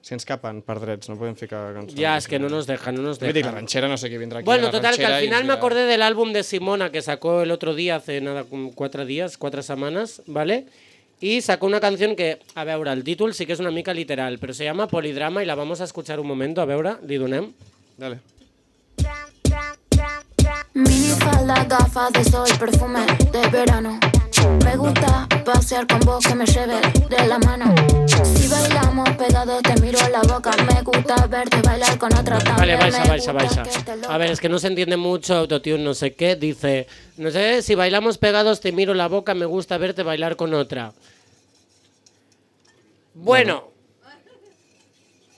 Speaker 3: Si ens capen per drets, no podem ficar cançons.
Speaker 2: Ya, es que no nos dejan, no nos
Speaker 3: Vull dir, la
Speaker 2: dejan.
Speaker 3: ranxera no sé qui vindrà aquí.
Speaker 2: Bueno,
Speaker 3: la
Speaker 2: total, que
Speaker 3: ranxera
Speaker 2: al
Speaker 3: i
Speaker 2: final
Speaker 3: ens
Speaker 2: me
Speaker 3: dirà-
Speaker 2: acordé del álbum de Simona que sacó el otro día, hace nada, com- cuatro días, cuatro semanas, ¿vale? Y sacó una canción que, a ver, ahora, el título sí que es una mica literal, pero se llama Polidrama y la vamos a escuchar un momento, a ver, ahora, li donem.
Speaker 3: Dale.
Speaker 5: Mini falda, gafas de sol, perfume de verano. Me gusta pasear con vos que me lleves de la mano. Si bailamos pegados te miro la boca. Me gusta verte bailar con otra
Speaker 2: Vale,
Speaker 5: también.
Speaker 2: baixa,
Speaker 5: me
Speaker 2: baixa,
Speaker 5: gusta
Speaker 2: baixa.
Speaker 5: que te lo-
Speaker 2: A ver, es que no se entiende mucho autotune, no sé qué. Dice, no sé, si bailamos pegados te miro la boca, me gusta verte bailar con otra. Bueno.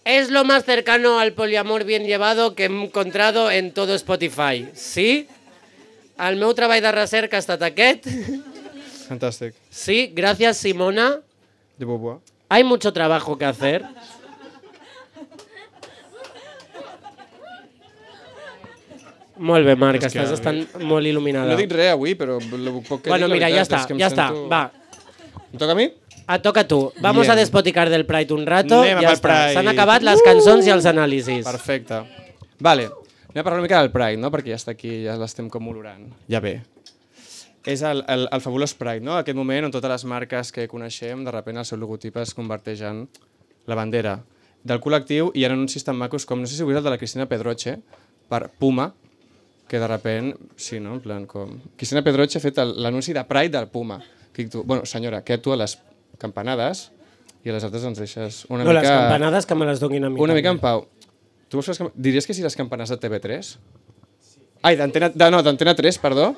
Speaker 2: Es lo más cercano al poliamor bien llevado que he encontrado en todo Spotify. Sí? Al meu treball de recerca ha estat aquest.
Speaker 3: Fantàstic.
Speaker 2: Sí, gracias Simona.
Speaker 3: De Beauvoir.
Speaker 2: Hay mucho trabajo que hacer. Molt bé, Marc,
Speaker 3: És que-
Speaker 2: estàs estant molt il·luminada.
Speaker 3: No dic res avui, però el poc que
Speaker 2: bueno,
Speaker 3: dic, la
Speaker 2: mira, ja
Speaker 3: veritat
Speaker 2: està,
Speaker 3: és que em
Speaker 2: ja està.
Speaker 3: sento-
Speaker 2: Va,
Speaker 3: Em toca a mi?
Speaker 2: a toca tu. Vamos
Speaker 3: Bien.
Speaker 2: a despoticar del Pride un rato.
Speaker 3: Anem
Speaker 2: ja
Speaker 3: pel
Speaker 2: està.
Speaker 3: Pride.
Speaker 2: S'han acabat les cançons i els anàlisis.
Speaker 3: Perfecte. Vale, anem a parlar una mica del Pride, no? Perquè ja està aquí, ja l'estem com olorant. Ja ve. És el, el, el fabulós Pride, no? Aquest moment on totes les marques que coneixem, de sobte el seu logotip es converteix en la bandera del col·lectiu i en anuncis tan macos com, no sé si ho veus, el de la Cristina Pedroche, per Puma, que de repente, sí, no? En plan, com... Cristina Pedroche ha fet el- l'anunci de Pride del Puma. Que dic tu, bueno, senyora, que tu a les campanades i a les altres ens deixes una
Speaker 2: no,
Speaker 3: mica...
Speaker 2: les campanades que me les donguin a mi.
Speaker 3: Una mica en pau. Tu vols fer les camp- Diries que si les campanes de TV3? Ai, d'antena... De, no, d'antena 3, perdó.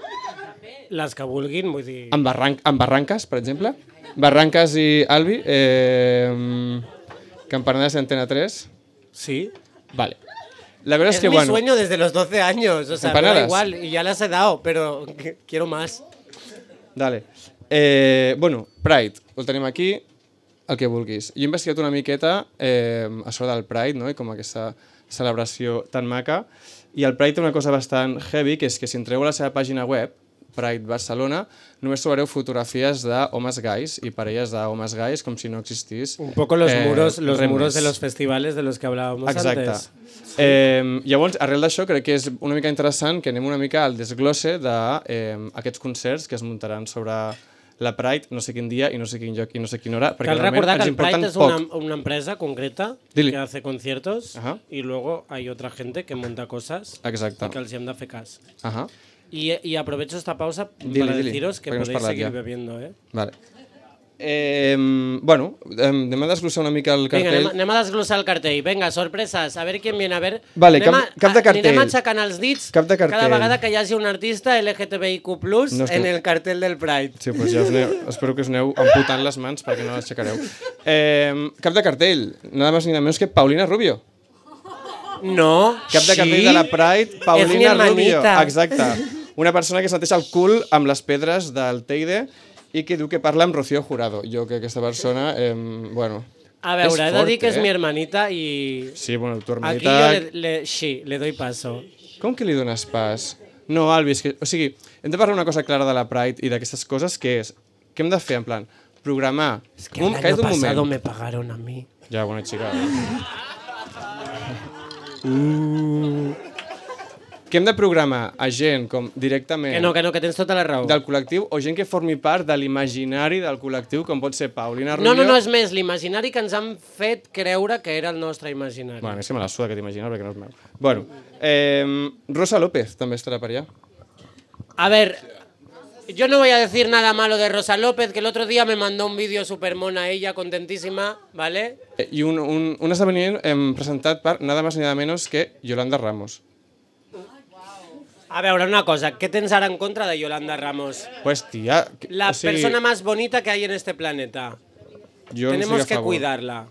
Speaker 2: Les que vulguin, vull dir...
Speaker 3: Amb, barranc, amb barranques, per exemple. Barranques i Albi. Eh, campanades d'antena 3.
Speaker 2: Sí.
Speaker 3: Vale. La verdad es,
Speaker 2: Es
Speaker 3: que,
Speaker 2: mi
Speaker 3: bueno...
Speaker 2: sueño desde los 12 años. O sea, me da
Speaker 3: Empanadas.
Speaker 2: igual. Y ya las he dado, pero que- quiero más.
Speaker 3: Dale. Eh, bueno, Pride, el tenim aquí, el que vulguis. Jo he investigat una miqueta eh, a sobre del Pride, no? i com aquesta celebració tan maca, i el Pride té una cosa bastant heavy, que és que si entreu a la seva pàgina web, Pride Barcelona, només trobareu fotografies d'homes gais i parelles d'homes gais, com si no existís.
Speaker 2: Un poco los
Speaker 3: eh,
Speaker 2: muros, los
Speaker 3: res
Speaker 2: muros
Speaker 3: més.
Speaker 2: de los festivales de los que hablábamos
Speaker 3: Exacte.
Speaker 2: antes.
Speaker 3: Eh, llavors, arrel d'això, crec que és una mica interessant que anem una mica al desglosse d'aquests de, eh, aquests concerts que es muntaran sobre la Pride, no sé quin dia i no sé quin lloc i no sé quina hora, perquè
Speaker 2: Cal
Speaker 3: realment
Speaker 2: recordar que
Speaker 3: ens
Speaker 2: el Pride
Speaker 3: importen
Speaker 2: es
Speaker 3: poc.
Speaker 2: una, una empresa concreta
Speaker 3: Dile.
Speaker 2: que hace conciertos
Speaker 3: Ajá.
Speaker 2: y luego hay otra gente que monta cosas
Speaker 3: Exacte.
Speaker 2: y que els hi hem de fer cas.
Speaker 3: Ajá.
Speaker 2: Y, y aprovecho esta pausa
Speaker 3: Dile,
Speaker 2: para
Speaker 3: dile,
Speaker 2: deciros que
Speaker 3: perquè no has
Speaker 2: podéis
Speaker 3: parlat
Speaker 2: seguir
Speaker 3: ja.
Speaker 2: bebiendo. ¿eh?
Speaker 3: Vale. Eh, bueno, eh, anem a desglossar una mica el
Speaker 2: Vinga,
Speaker 3: cartell.
Speaker 2: anem, a- anem a desglossar el cartell. Vinga, sorpreses. A veure qui viene. A veure...
Speaker 3: Vale,
Speaker 2: anem
Speaker 3: cap- cap de cartell.
Speaker 2: Anirem aixecant els dits
Speaker 3: Cap de
Speaker 2: cada
Speaker 3: cartell.
Speaker 2: vegada que hi hagi un artista LGTBIQ+,
Speaker 3: No
Speaker 2: no
Speaker 3: és que-
Speaker 2: en el cartell del Pride.
Speaker 3: Sí, doncs ja us aneu, espero que us aneu amputant les mans perquè no l'aixecareu. Eh, cap de cartell, nada más ni nada menos que Paulina Rubio.
Speaker 2: No,
Speaker 3: Cap de cartell
Speaker 2: sí.
Speaker 3: de la Pride,
Speaker 2: És mi
Speaker 3: Paulina Rubio.
Speaker 2: hermanita.
Speaker 3: Exacte. Una persona que es neteja el cul amb les pedres del Teide i que diu que parla amb Rocío Jurado. Jo que aquesta persona, eh, bueno...
Speaker 2: A veure, he de dir que és
Speaker 3: eh?
Speaker 2: mi hermanita i...
Speaker 3: Sí, bueno, tu
Speaker 2: Aquí jo
Speaker 3: hermanita...
Speaker 2: le, le, sí, le doy paso.
Speaker 3: Com que li dones pas? No, Albi, és que, o sigui, hem de parlar una cosa clara de la Pride i d'aquestes coses, que és, què hem de fer, en plan, programar...
Speaker 2: Es que el año
Speaker 3: calla't
Speaker 2: pasado me pagaron a mí.
Speaker 3: Ya, bueno, chica. Uh. Que hem de programar a gent com directament
Speaker 2: Que no, que no, que tens tota la raó.
Speaker 3: del col·lectiu o gent que formi part de l'imaginari del col·lectiu, com pot ser Paulina Rubio...
Speaker 2: No, no, no, és més, l'imaginari que ens han fet creure que era el nostre imaginari.
Speaker 3: Bueno, a mi se me la suda que t'imaginar perquè no és meu. Bueno, eh, Rosa López també estarà per allà.
Speaker 2: A ver, yo no voy a decir nada malo de Rosa López, que el otro día me mandó un vídeo super mona ella, contentísima, ¿vale?
Speaker 3: Eh, I un, un, un esdeveniment hem presentat per nada más ni nada menos que Yolanda Ramos.
Speaker 2: A veure, una cosa, què tens ara en contra de Yolanda Ramos?
Speaker 3: Pues tia... que-
Speaker 2: La
Speaker 3: o sigui,
Speaker 2: persona más bonita que hay en este planeta.
Speaker 3: jo no estic
Speaker 2: Tenemos
Speaker 3: a
Speaker 2: que
Speaker 3: favor.
Speaker 2: cuidarla.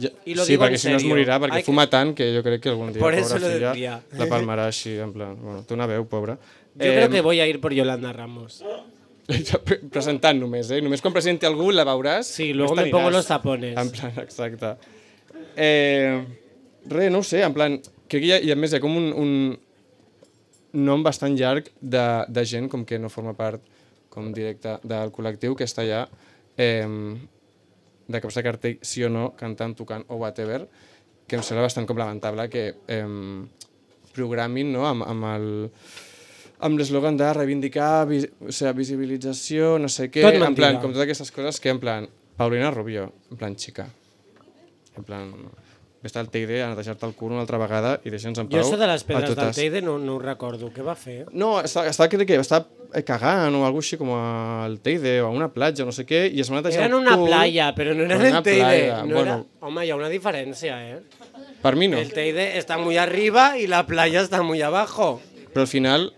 Speaker 3: Ja,
Speaker 2: I lo
Speaker 3: sí,
Speaker 2: digo en
Speaker 3: perquè si no es
Speaker 2: serio.
Speaker 3: morirà, perquè
Speaker 2: Hay que-
Speaker 3: fuma tant que jo crec que algun dia
Speaker 2: Por
Speaker 3: la
Speaker 2: eso lo
Speaker 3: pobra filla
Speaker 2: decía.
Speaker 3: la palmarà així, en plan, bueno, té una veu, pobra.
Speaker 2: Yo creo que voy a ir por Yolanda Ramos.
Speaker 3: que... Presentant només, eh? Només quan presenti algú la veuràs.
Speaker 2: Sí,
Speaker 3: només
Speaker 2: luego me
Speaker 3: t'aniràs.
Speaker 2: pongo los tapones.
Speaker 3: En plan, exacte. Eh, re, no ho sé, en plan, crec que hi ha, i a més hi ha com un, un nom bastant llarg de, de gent com que no forma part com directe del col·lectiu, que està allà eh, de capsa de cartell, sí o no, cantant, tocant o whatever, que em sembla bastant complementable que eh, programin no, amb, amb el amb l'eslògan de reivindicar, vi, o sigui, visibilització, no sé què,
Speaker 2: Tot
Speaker 3: en plan,
Speaker 2: mentida.
Speaker 3: com totes aquestes coses que en plan, Paulina Rubio, en plan, xica, en plan, vés al Teide a netejar-te el cul una altra vegada i deixa'ns en
Speaker 2: Jo
Speaker 3: pau
Speaker 2: això de les
Speaker 3: a
Speaker 2: pedres del
Speaker 3: totes.
Speaker 2: Teide no, no ho recordo. Què va fer?
Speaker 3: No, està, està, crec que està eh, cagant o alguna cosa així com al Teide o a una platja, no sé què, i es van netejar
Speaker 2: Eren
Speaker 3: el
Speaker 2: una
Speaker 3: cul.
Speaker 2: playa, però no eren
Speaker 3: Una
Speaker 2: el Teide.
Speaker 3: playa,
Speaker 2: No era...
Speaker 3: bueno.
Speaker 2: Home, hi ha una diferència, eh?
Speaker 3: Per mi no,
Speaker 2: El Teide està muy arriba i la playa està muy abajo.
Speaker 3: però al final,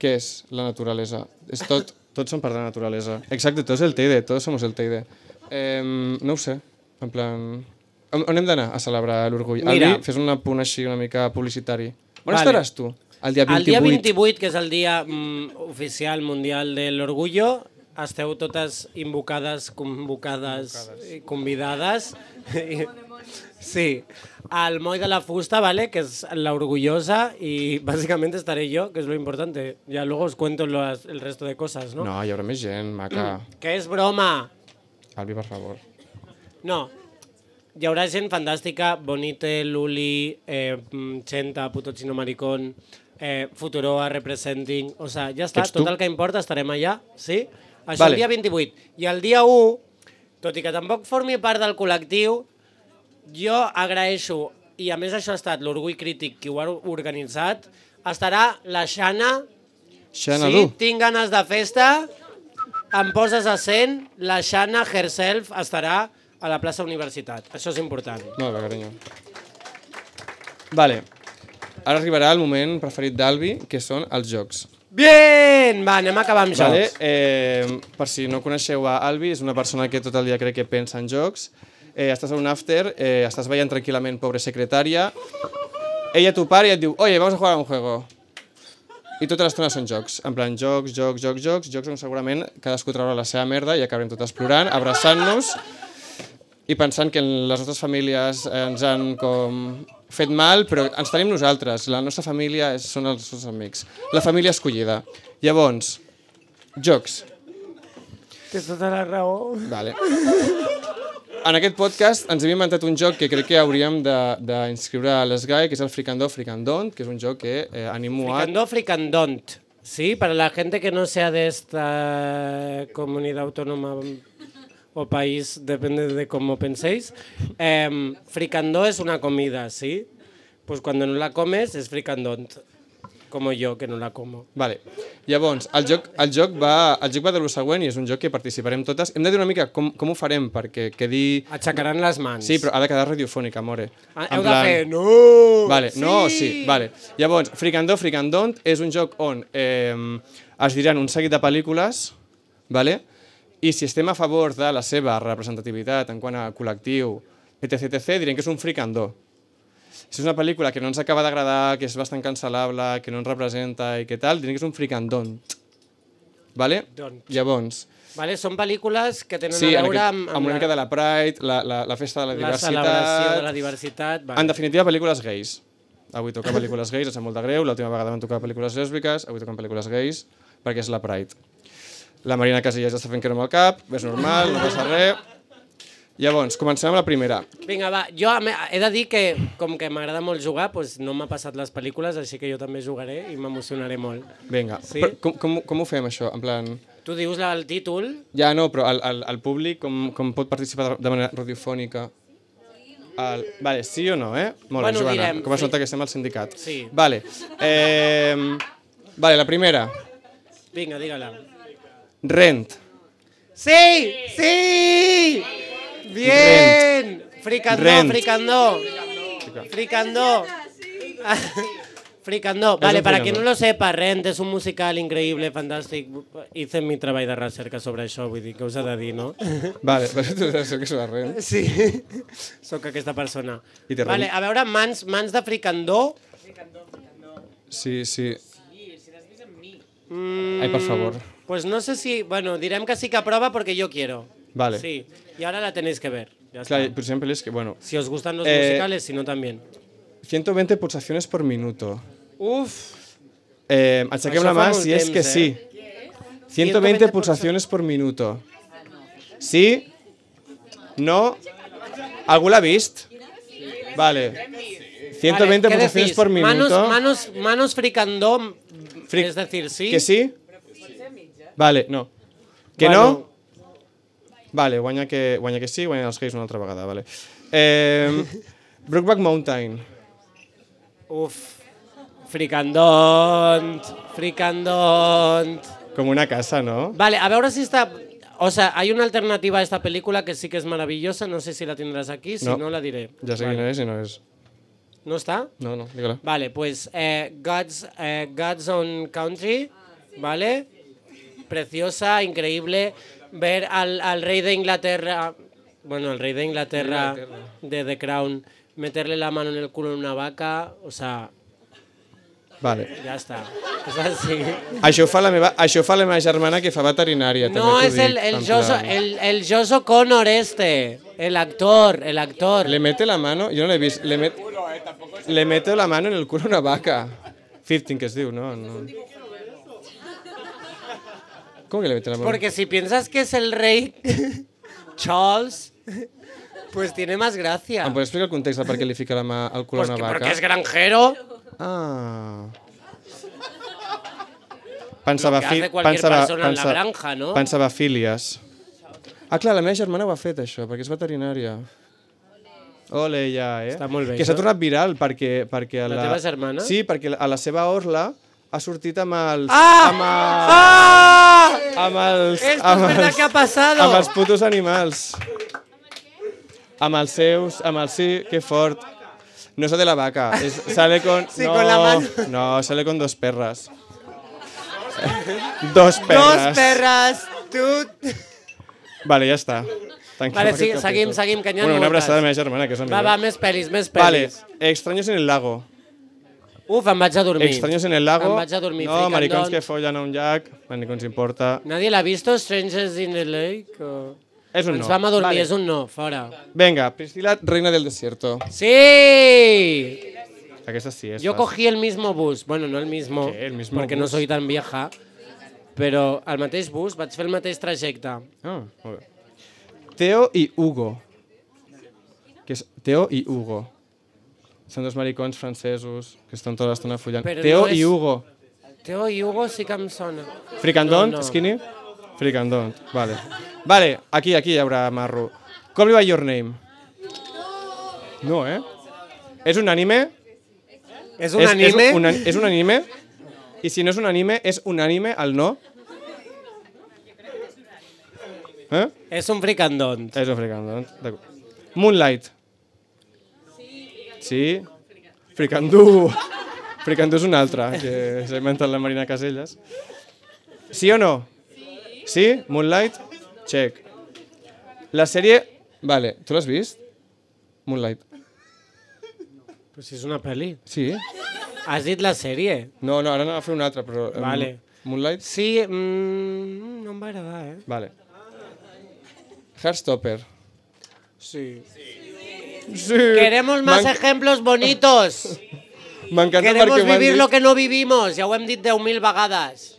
Speaker 3: què és la naturalesa? És tot, tots som part de la naturalesa. Exacte, tots el Teide, tots som el Teide. Eh, no ho sé, en plan... On, on hem d'anar a celebrar l'orgull?
Speaker 2: Mira.
Speaker 3: Aldi, fes un apunt així una mica publicitari. On
Speaker 2: Vale.
Speaker 3: estaràs tu? El dia 28.
Speaker 2: El dia 28, que és el dia mm, oficial mundial de l'orgullo, esteu totes invocades, convocades, i convidades. I- Sí, al moll de la fusta, ¿vale? que és la orgullosa, i bàsicament estaré jo, que és lo importante. Ya luego os cuento las- el resto de cosas, ¿no? Mm.
Speaker 3: No, hi haurà més gent, maca.
Speaker 2: Que és broma.
Speaker 3: Albi, per favor.
Speaker 2: No, hi haurà gent fantàstica, Bonite, Luli, eh, mm, Chenta, Puto Chino Maricón, eh, Futuroa, Representing... O sea, ja està,
Speaker 3: Ets tu?
Speaker 2: tot el que importa estarem allà, sí? Això
Speaker 3: Vale.
Speaker 2: el dia 28. I el dia 1, tot i que tampoc formi part del col·lectiu, jo agraeixo, i a més això ha estat l'Orgull Crític qui ho ha organitzat, estarà la Xana,
Speaker 3: Xanadu.
Speaker 2: Sí, tinc ganes de festa, em poses a 100, la Xana herself estarà a la plaça Universitat. Això és important.
Speaker 3: Molt bé, carinyo. Vale. Ara arribarà el moment preferit d'Albi, que són els jocs.
Speaker 2: Bien! Va, anem a acabar amb
Speaker 3: Vale?
Speaker 2: jocs.
Speaker 3: Eh, per si no coneixeu a Albi, és una persona que tot el dia crec que pensa en jocs. Eh, estàs a un after, eh, estàs veient tranquil·lament Pobre Secretària. Ella t'ho para i et diu, oye, vamos a jugar a un juego. I tota l'estona són jocs. En plan, jocs, jocs, jocs, jocs, jocs on segurament cadascú traurà la seva merda i acabarem totes plorant, abraçant-nos i pensant que les nostres famílies ens han com fet mal, però ens tenim nosaltres. La nostra família és, són els nostres amics. La família escollida. Llavors, jocs.
Speaker 2: Tens tota la raó.
Speaker 3: Vale. En aquest podcast ens havíem inventat un joc que crec que hauríem de- d'inscriure a l'Esgai, que és el Fricandó Fricandont, que és un joc que eh, animo a...
Speaker 2: Fricandó, fricandont. Sí, para la gente que no sea de esta comunidad autónoma o país, depende de cómo penséis, em, fricandó es una comida, ¿sí? Pues cuando no la comes es fricandont, como yo que no la como.
Speaker 3: Vale. Llavors, el joc, el, joc va, el joc va de lo següent i és un joc que participarem totes. Hem de dir una mica com, com ho farem perquè quedi...
Speaker 2: Aixecaran les mans.
Speaker 3: Sí, però ha de quedar radiofònica, more.
Speaker 2: Ah,
Speaker 3: En
Speaker 2: Heu
Speaker 3: plan-
Speaker 2: de fer... No!
Speaker 3: Vale, no, sí, vale. Llavors, Fricandó, Fricandont és un joc on eh, es diran un seguit de pel·lícules, vale? i si estem a favor de la seva representativitat en quant a col·lectiu, etc, etc, direm que és un fricandó. Si és una pel·lícula que no ens acaba d'agradar, que és bastant cancel·lable, que no ens representa i què tal, direm que és un fricandont. Vale?
Speaker 2: Don't.
Speaker 3: Llavors,
Speaker 2: Vale, són pel·lícules que tenen
Speaker 3: sí,
Speaker 2: a
Speaker 3: en
Speaker 2: veure
Speaker 3: aquest,
Speaker 2: amb,
Speaker 3: amb una mica de la Pride, la, la, la festa de la
Speaker 2: la
Speaker 3: diversitat...
Speaker 2: celebració de la diversitat. Vale.
Speaker 3: En definitiva, pel·lícules gais. Avui toca pel·lícules gais, em sap molt de greu. L'última vegada van tocar pel·lícules lésbiques, avui toquen pel·lícules gais, perquè és la Pride. La Marina Casillas està fent que no amb el cap, és normal, no passa res. Llavors, comencem amb la primera.
Speaker 2: Vinga, va, jo a me- he de dir que com que m'agrada molt jugar, doncs no m'ha passat les pel·lícules, així que jo també jugaré i m'emocionaré molt.
Speaker 3: Vinga,
Speaker 2: Sí?
Speaker 3: però com, com, com ho fem, això? En plan...
Speaker 2: Tu dius la- el títol,
Speaker 3: Ja no, però el, el, el públic com, com pot participar de- de manera radiofònica? El, vale, sí o no, eh? Molt
Speaker 2: Bueno,
Speaker 3: bé, Joana,
Speaker 2: direm,
Speaker 3: com es
Speaker 2: sí.
Speaker 3: nota que estem al sindicat.
Speaker 2: Sí.
Speaker 3: Vale. Eh, vale, la primera.
Speaker 2: vinga, digue-la.
Speaker 3: Rent.
Speaker 2: Sí! Sí! Bien! Fricandó,
Speaker 3: Rent.
Speaker 2: fricandó. Fricandó. Fricandó. Vale,
Speaker 3: un
Speaker 2: para
Speaker 3: fricandó.
Speaker 2: quien no lo sepa, Rent es un musical increíble, fantástico. Hice mi trabajo de recerca sobre això, vull dir, que us he de dir, no?
Speaker 3: Vale, vas tu diràs que és la rent.
Speaker 2: Sí, sóc aquesta persona.
Speaker 3: I té
Speaker 2: Vale,
Speaker 3: raó.
Speaker 2: a veure, mans, mans de fricandó.
Speaker 3: Sí, sí.
Speaker 2: Mm.
Speaker 3: Ai, per favor.
Speaker 2: Pues no sé si, bueno, direm que sí que aprova porque yo quiero.
Speaker 3: Vale.
Speaker 2: Sí, y ahora la tenéis que ver. Ya está.
Speaker 3: Clar, per exemple, és que, bueno,
Speaker 2: Si os gustan los
Speaker 3: Eh,
Speaker 2: musicales, si no también.
Speaker 3: 120 pulsaciones por minuto.
Speaker 2: Uf,
Speaker 3: Eh, aixequem
Speaker 2: Això
Speaker 3: la
Speaker 2: fa
Speaker 3: mà
Speaker 2: molt
Speaker 3: si és
Speaker 2: temps,
Speaker 3: que
Speaker 2: eh?
Speaker 3: sí. 120 pulsaciones por minuto. Sí? No? ¿Algú l'ha vist? Vale. 120
Speaker 2: ¿qué
Speaker 3: pulsaciones
Speaker 2: decís?
Speaker 3: por minuto.
Speaker 2: Manos, manos, manos fricandó,
Speaker 3: Fric-
Speaker 2: es decir, sí.
Speaker 3: Que sí? Vale, no. Que no?
Speaker 2: Bueno.
Speaker 3: Vale, guanya que, guanya que sí, guanya els gais una altra vegada, vale. Eh, Brookback Mountain.
Speaker 2: Uf. Fricandont, fricandont.
Speaker 3: Com una casa, no?
Speaker 2: Vale, a ver si está... O sea, hay una alternativa a esta película que sí que es maravillosa, no sé si la tendrás aquí, si
Speaker 3: No.
Speaker 2: no, la diré.
Speaker 3: Ja sé
Speaker 2: Vale.
Speaker 3: quina és i no és.
Speaker 2: ¿No está?
Speaker 3: No, no, digue-la.
Speaker 2: Vale, pues eh, God's, eh, God's Own Country, ¿vale? Preciosa, increíble. Ver al, al rey de Inglaterra, bueno, al rey de Inglaterra, de The Crown, meterle la mano en el culo en una vaca, o sea,
Speaker 3: Vale.
Speaker 2: ya está. Es así.
Speaker 3: Això ho, fa la meva, això ho fa la meva germana que fa veterinària.
Speaker 2: No,
Speaker 3: també t'ho
Speaker 2: es el,
Speaker 3: dic,
Speaker 2: el,
Speaker 3: en
Speaker 2: Joss-
Speaker 3: plan.
Speaker 2: el, el Joso Connor este, el actor, el actor.
Speaker 3: Le mete la mano, jo no l'he vist, le, met, le mete la mano en eh, el culo a una vaca. 15 que es diu, no? no. Com que le mete la mano?
Speaker 2: Porque si piensas que es el rey Charles, pues tiene más gracia.
Speaker 3: Em pots explicar el context de per què li fica la mà al cul a
Speaker 2: Pues
Speaker 3: una
Speaker 2: que
Speaker 3: vaca?
Speaker 2: porque es granjero.
Speaker 3: Ah. Pensava,
Speaker 2: que
Speaker 3: fi...
Speaker 2: hace cualquier
Speaker 3: pensava,
Speaker 2: persona en la granja, no?
Speaker 3: pensava fílies. Ah, clar, la meva germana ho ha fet, això, perquè és veterinària. Ole, ja, eh?
Speaker 2: Està molt bé,
Speaker 3: Que s'ha
Speaker 2: això.
Speaker 3: tornat viral perquè... perquè a
Speaker 2: La
Speaker 3: la...
Speaker 2: teva germana?
Speaker 3: Sí, perquè a la seva orla ha sortit amb els...
Speaker 2: ¡Ah!
Speaker 3: Amb, el,
Speaker 2: ¡Ah!
Speaker 3: amb els...
Speaker 2: Esto es
Speaker 3: amb
Speaker 2: verdad
Speaker 3: els-
Speaker 2: que ha pasado.
Speaker 3: Amb els putos animals. Amb els seus, amb els sí, que fort. No és el de la vaca, és, sale con...
Speaker 2: Sí,
Speaker 3: no,
Speaker 2: con la mano.
Speaker 3: No, sale con dos perras. dos perras.
Speaker 2: Dos perras. Tú.
Speaker 3: Vale, ja està. Tanquem
Speaker 2: Vale,
Speaker 3: aquest
Speaker 2: sí,
Speaker 3: capítol.
Speaker 2: seguim, seguim, que n'hi ha
Speaker 3: Bueno, una
Speaker 2: moltes.
Speaker 3: abraçada a la meva germana, que és amiga.
Speaker 2: Va, va, més pel·lis, més
Speaker 3: Vale,
Speaker 2: pel·lis.
Speaker 3: Extraños en el lago.
Speaker 2: Uf, em vaig a dormir.
Speaker 3: Extraños en el lago.
Speaker 2: Em vaig a dormir.
Speaker 3: No,
Speaker 2: fricandón.
Speaker 3: maricons que follen a un llac, maricons importa.
Speaker 2: Nadie l'ha visto, Strangers in the Lake? O...
Speaker 3: És un
Speaker 2: Ens
Speaker 3: no.
Speaker 2: vam a dormir,
Speaker 3: Vale.
Speaker 2: és un no, fora.
Speaker 3: Venga, Priscila, reina del desierto.
Speaker 2: Sí!
Speaker 3: Aquesta sí és
Speaker 2: Yo
Speaker 3: fàcil.
Speaker 2: cogí el mismo bus, bueno, no el mismo,
Speaker 3: Què? El mismo
Speaker 2: porque no
Speaker 3: bus?
Speaker 2: soy tan vieja, però al mateix bus vaig fer el mateix trajecte.
Speaker 3: Ah, molt bé. Teo i Hugo. Que és Teo i Hugo. Són dos maricons francesos que estan tota l'estona follant.
Speaker 2: Però
Speaker 3: Teo
Speaker 2: no és-
Speaker 3: i Hugo.
Speaker 2: Teo i Hugo sí que em sona.
Speaker 3: Fricandont,
Speaker 2: No,
Speaker 3: no,
Speaker 2: no.
Speaker 3: no. skinny? Fricandont, vale. Vale, aquí, aquí hi haurà marro. Com li va Your Name? No, eh? És un anime?
Speaker 2: És
Speaker 3: És- És un, an- és un anime? I si no és un anime, és un anime al no? Eh?
Speaker 2: És un fricandón.
Speaker 3: És un fricandón. d'acord. ¿eh? Moonlight. Sí. Fricandú. Fricandú és un altre, que s'ha inventat la Marina Caselles. Sí o no? Sí. Moonlight? Check. La sèrie... Vale, tu l'has vist? Moonlight.
Speaker 2: Però si és Pues una pel·li.
Speaker 3: Sí.
Speaker 2: Has dit la sèrie.
Speaker 3: No, no, ara anava a fer una altra, però... eh,
Speaker 2: Vale.
Speaker 3: Moonlight?
Speaker 2: Sí, mm, no em va agradar, eh?
Speaker 3: Vale. Heartstopper.
Speaker 2: Sí.
Speaker 3: Sí.
Speaker 2: Queremos más ejemplos bonitos.
Speaker 3: M'encanta
Speaker 2: Queremos
Speaker 3: perquè m'han
Speaker 2: vivir
Speaker 3: dit-
Speaker 2: lo que no vivimos. Ja ho hem dit 10.000 vegades.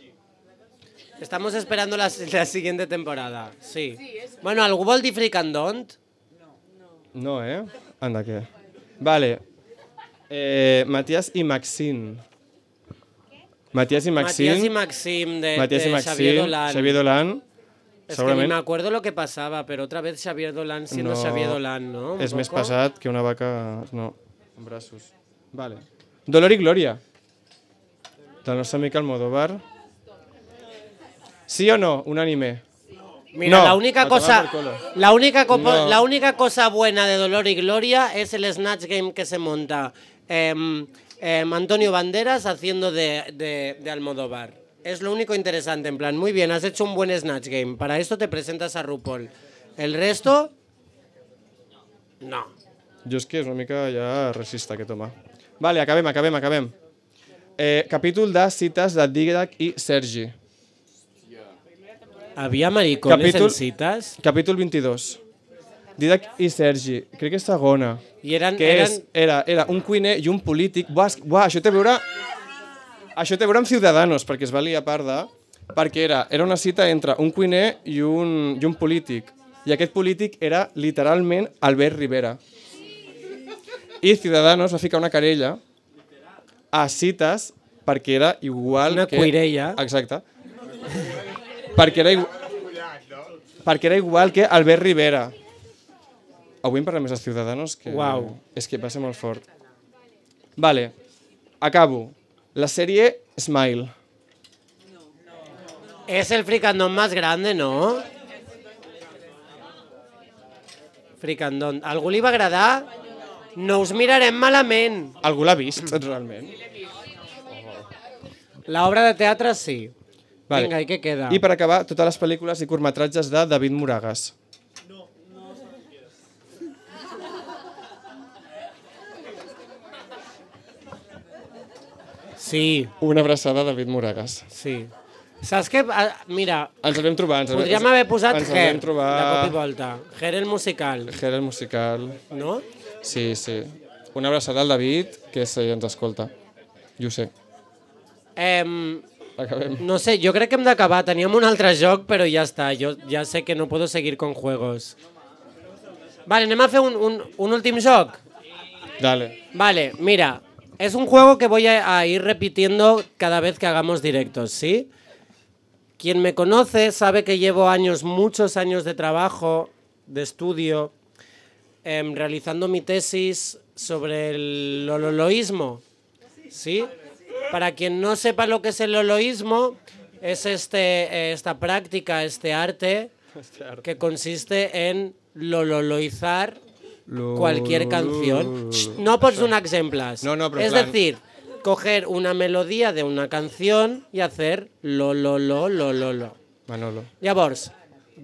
Speaker 2: Estamos esperando la, la siguiente temporada. Sí. Bueno, algú vol dir fricandont?
Speaker 3: No, eh? Anda, què? Vale. Eh, Matías i Maxín. Matías i Maxín.
Speaker 2: Matías y Maxim de, de Xavier Dolan.
Speaker 3: Xavier Dolan.
Speaker 2: es que ni
Speaker 3: segurament
Speaker 2: me acuerdo lo que pasaba, pero otra vez Xavier Dolan siendo Xavier Dolan, ¿no? Un
Speaker 3: És més
Speaker 2: poco.
Speaker 3: pesat que una vaca... No, amb braços. Vale. Dolor i Glòria. Del nostre amic Almodóvar. Sí o no? Un anime.
Speaker 2: Mira,
Speaker 3: No,
Speaker 2: la
Speaker 3: a
Speaker 2: única
Speaker 3: tomar
Speaker 2: cosa,
Speaker 3: por culo.
Speaker 2: la única, copo-
Speaker 3: No.
Speaker 2: la única cosa buena de Dolor y Gloria es el Snatch Game que se monta em, em, Antonio Banderas haciendo de, de- de Almodóvar. Es lo único interesante, en plan, muy bien, has hecho un buen Snatch Game. Para esto te presentas a RuPaul. El resto, no.
Speaker 3: Jo és que és una mica ja racista aquest home. Vale, acabem, acabem, acabem. Eh, capítol de cites de Didac i Sergi.
Speaker 2: ¿Había maricones
Speaker 3: Capítulo-
Speaker 2: en citas?
Speaker 3: Capítol 22. Didac i Sergi, crec que és segona.
Speaker 2: I eren-
Speaker 3: que
Speaker 2: eren-
Speaker 3: És, era, era un cuiner i un polític. Buah, és- buah, això té a veure... Això té a veure amb Ciudadanos, perquè es va liar part de... perquè era, era una cita entre un cuiner i un, i un polític. I aquest polític era literalment Albert Rivera. I Ciudadanos va ficar una querella a cites perquè era igual
Speaker 2: Una
Speaker 3: que...
Speaker 2: cuirella.
Speaker 3: Exacte. perquè, era igual, perquè era igual que Albert Rivera. Avui en parlem més de Ciudadanos que...
Speaker 2: Uau.
Speaker 3: És que va ser molt fort. Vale, acabo. La sèrie Smile.
Speaker 2: Es el fricandón más grande, no? Fricandón. Algú li va agradar? No us mirarem malament.
Speaker 3: Algú l'ha vist, realment?
Speaker 2: La obra de teatre sí.
Speaker 3: Vale.
Speaker 2: Vinga, i què queda?
Speaker 3: I per acabar, totes les pel·lícules i curtmetratges de David Moragas.
Speaker 2: Sí,
Speaker 3: Una abraçada a David Moragas.
Speaker 2: sí. Saps què? Ah, Mira,
Speaker 3: Ens el vam trobar. Ens el vam-
Speaker 2: podríem haver posat
Speaker 3: ens el
Speaker 2: Her,
Speaker 3: vam
Speaker 2: de cop i
Speaker 3: trobar...
Speaker 2: volta. Her el musical,
Speaker 3: Her, el musical.
Speaker 2: no?
Speaker 3: Sí, sí. Una abraçada al David, que és, eh, ens escolta. Jo ho sé.
Speaker 2: Em,
Speaker 3: Acabem.
Speaker 2: no sé, jo crec que hem d'acabar. Teníem un altre joc, però ja està. Jo ja sé que no puedo seguir con juegos. Vale, anem a fer un, un, un últim joc.
Speaker 3: Dale.
Speaker 2: Vale, mira, es un juego que voy a, a ir repitiendo cada vez que hagamos directos, ¿sí? Quien me conoce sabe que llevo años, muchos años de trabajo, de estudio, em, realizando mi tesis sobre el ololoísmo, ¿sí? Para quien no sepa lo que es el ololoísmo, es este, eh, esta práctica, este arte, que consiste en lololoizar cualquier canción. Shh, no pots donar exemples.
Speaker 3: No, no, però en
Speaker 2: es
Speaker 3: plan-
Speaker 2: decir, coger una melodía de una canción y hacer lo, lo, lo, lo, lo, lo.
Speaker 3: Manolo.
Speaker 2: Llavors,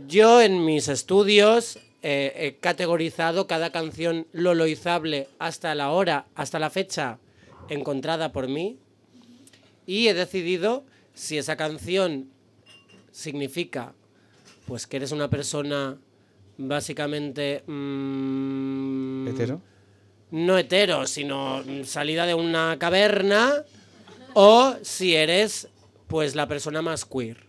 Speaker 2: yo en mis estudios eh, he categorizado cada canción loloizable hasta la hora, hasta la fecha encontrada por mí y he decidido si esa canción significa pues que eres una persona básicamente mm,
Speaker 3: Hetero?
Speaker 2: no hetero, sino mm, salida de una caverna, o si eres pues la persona más queer.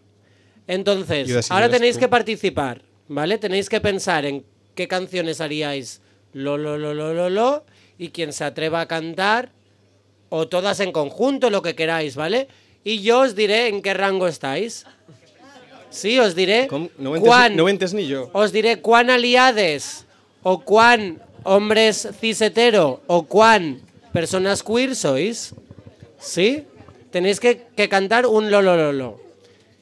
Speaker 2: Entonces,
Speaker 3: Yo decidiré
Speaker 2: ahora
Speaker 3: las
Speaker 2: tenéis
Speaker 3: tú.
Speaker 2: que participar, ¿vale? Tenéis que pensar en qué canciones haríais lo lo lo lo lo lo y quien se atreva a cantar o todas en conjunto, lo que queráis, ¿vale? Y yo os diré en qué rango estáis. Sí, os diré
Speaker 3: Com? No ho he entès,
Speaker 2: cuán
Speaker 3: no ho he entès ni jo.
Speaker 2: os diré cuán aliades o cuán hombres cis hetero o cuán personas queer sois. Sí? Tenéis que, que cantar un lo lo lo lo.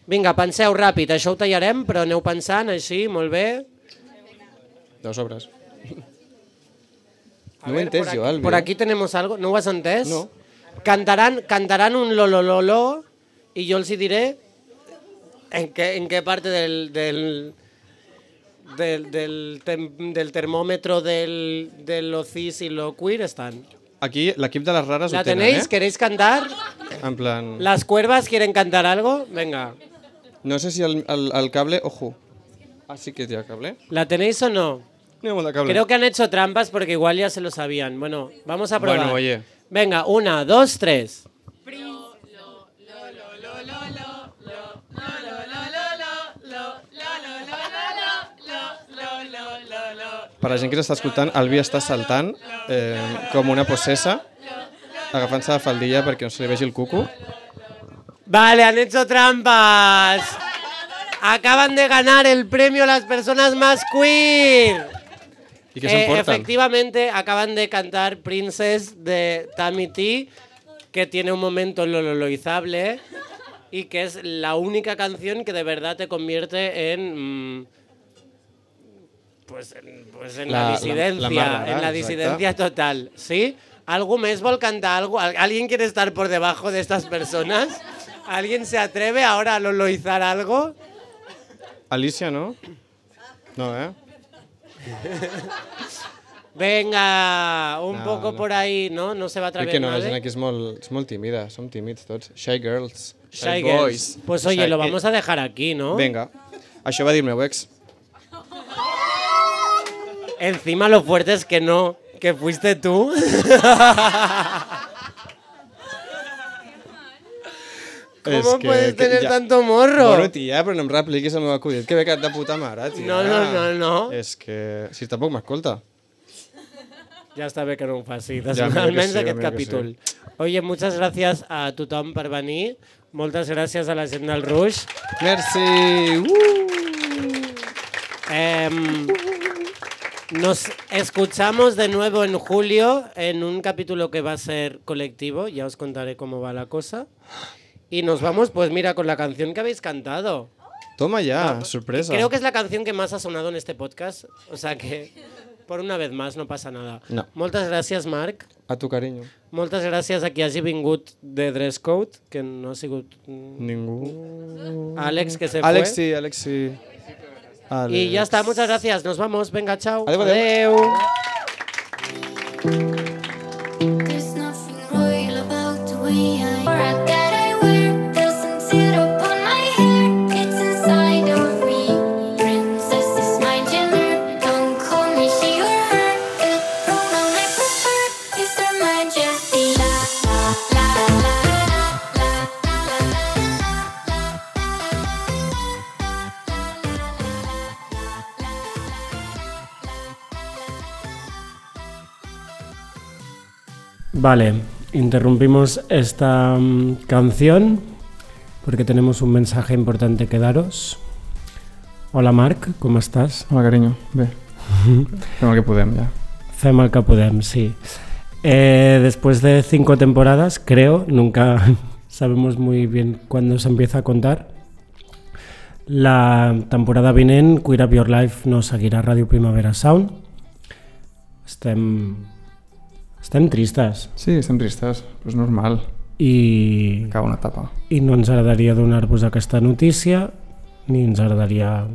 Speaker 2: Vinga, penseu ràpid, això ho tallarem, però aneu pensant així, molt bé.
Speaker 3: Dos obres.
Speaker 2: A
Speaker 3: No ho he
Speaker 2: ver,
Speaker 3: entès
Speaker 2: por aquí-
Speaker 3: jo, Albi.
Speaker 2: Por aquí tenemos algo, no ho has entès?
Speaker 3: No.
Speaker 2: Cantaran, cantaran un lo lo lo lo i jo els hi diré en què, en què parte del, del, del, del, tem, del termòmetre del, de lo cis i lo queer estan.
Speaker 3: Aquí l'equip de les rares
Speaker 2: ¿La
Speaker 3: ho tenen,
Speaker 2: tenéis?
Speaker 3: eh?
Speaker 2: ¿Queréis cantar?
Speaker 3: En plan...
Speaker 2: ¿Las cuervas quieren cantar algo? Venga.
Speaker 3: No sé si el, el, el cable... Ojo. Ah, sí que hi ha cable.
Speaker 2: ¿La tenéis o no?
Speaker 3: No hi ha molt de cable.
Speaker 2: Creo que han hecho trampas porque igual ya se lo sabían. Bueno, vamos a probar.
Speaker 3: Bueno, oye.
Speaker 2: Venga, una, dos, tres.
Speaker 3: Per la gent que s'està escoltant, Albi està saltant eh, com una possessa, agafant-se la faldilla perquè no se li vegi el cuco.
Speaker 2: Vale, han hecho trampas. Acaban de ganar el premio las personas más queer.
Speaker 3: I
Speaker 2: Eh,
Speaker 3: què s'emporten?
Speaker 2: efectivamente, acaban de cantar Princess de Tammy T, que tiene un momento lololoizable y que es la única canción que de verdad te convierte en. mm, pues en, pues en la,
Speaker 3: La- la-
Speaker 2: disidencia,
Speaker 3: la más rara,
Speaker 2: en la
Speaker 3: exacte.
Speaker 2: disidencia total, ¿sí? ¿Algo mes canta algo? ¿Al- ¿Alguien quiere estar por debajo de estas personas? ¿Alguien se atreve ahora a loloizar algo?
Speaker 3: Alicia, no? No, eh?
Speaker 2: Venga, un
Speaker 3: No,
Speaker 2: poco
Speaker 3: no.
Speaker 2: por ahí, ¿no? No se va a
Speaker 3: Crec
Speaker 2: atrever
Speaker 3: que no, la
Speaker 2: nadie.
Speaker 3: gent aquí és molt, és molt tímida, som tímids tots. Shy girls, shy,
Speaker 2: Shy Girls.
Speaker 3: boys.
Speaker 2: Pues oye, lo vamos a dejar aquí, ¿no?
Speaker 3: Vinga, això va dir el meu ex.
Speaker 2: Encima lo fuerte es que no, que fuiste tú. ¿Cómo puedes tener tanto morro?
Speaker 3: Bueno, tia, però no em repliquis el meu acudit, que bé que et de puta mare, tia.
Speaker 2: No, no, no, no.
Speaker 3: És que... Si tampoc m'escolta.
Speaker 2: Ja està bé que no ho faci,
Speaker 3: Ja, mira que
Speaker 2: almenys
Speaker 3: sí,
Speaker 2: aquest
Speaker 3: mira que sí.
Speaker 2: capítol. Oye, muchas gracias a tothom per venir. Moltes gràcies a la gent del Ruix.
Speaker 3: Merci! Uh!
Speaker 2: Em, nos escuchamos de nuevo en julio en un capítulo que va a ser colectivo. Ya os contaré cómo va la cosa. Y nos vamos, pues mira, con la canción que habéis cantado.
Speaker 3: Toma ja, sorpresa.
Speaker 2: Creo que es la canción que más ha sonado en este podcast. O sea que, por una vez más, no pasa nada.
Speaker 3: No.
Speaker 2: Muchas gracias, Marc.
Speaker 3: A tu carinyo.
Speaker 2: Moltes gràcies a qui hagi vingut de Dress Code, que no ha sigut mm,
Speaker 3: Ningú...
Speaker 2: Àlex, que se
Speaker 3: Àlex
Speaker 2: fue.
Speaker 3: sí, Àlex sí. Àlex.
Speaker 2: Y ya está, muchas gracias. Nos vamos. Venga, chao.
Speaker 3: Adeu, adeu.
Speaker 2: Adeu.
Speaker 5: There's nothing royal about the way I wear that I wear. Doesn't sit upon my hair. It's inside of me. Princess is my gender. Don't call me she or her. The pronoun I prefer is Her Majesty. La la la la la la la la la.
Speaker 2: Vale, interrumpimos esta mm, canción porque tenemos un mensaje importante que daros. Hola Marc, ¿cómo estás?
Speaker 3: Hola, carinyo. Bé. Fem el que podem, ja.
Speaker 2: Fem el que podem, sí. Eh, después de cinco temporadas, creo, nunca sabemos muy bien cuándo se empieza a contar. La temporada vinent, Queer Up Your Life no seguirà a Ràdio Primavera Sound. Estem... Estem tristes
Speaker 6: Sí, estem tristes, però és normal.
Speaker 2: i,
Speaker 6: Acaba una etapa.
Speaker 2: i no ens agradaria donar-vos aquesta notícia ni ens agradaria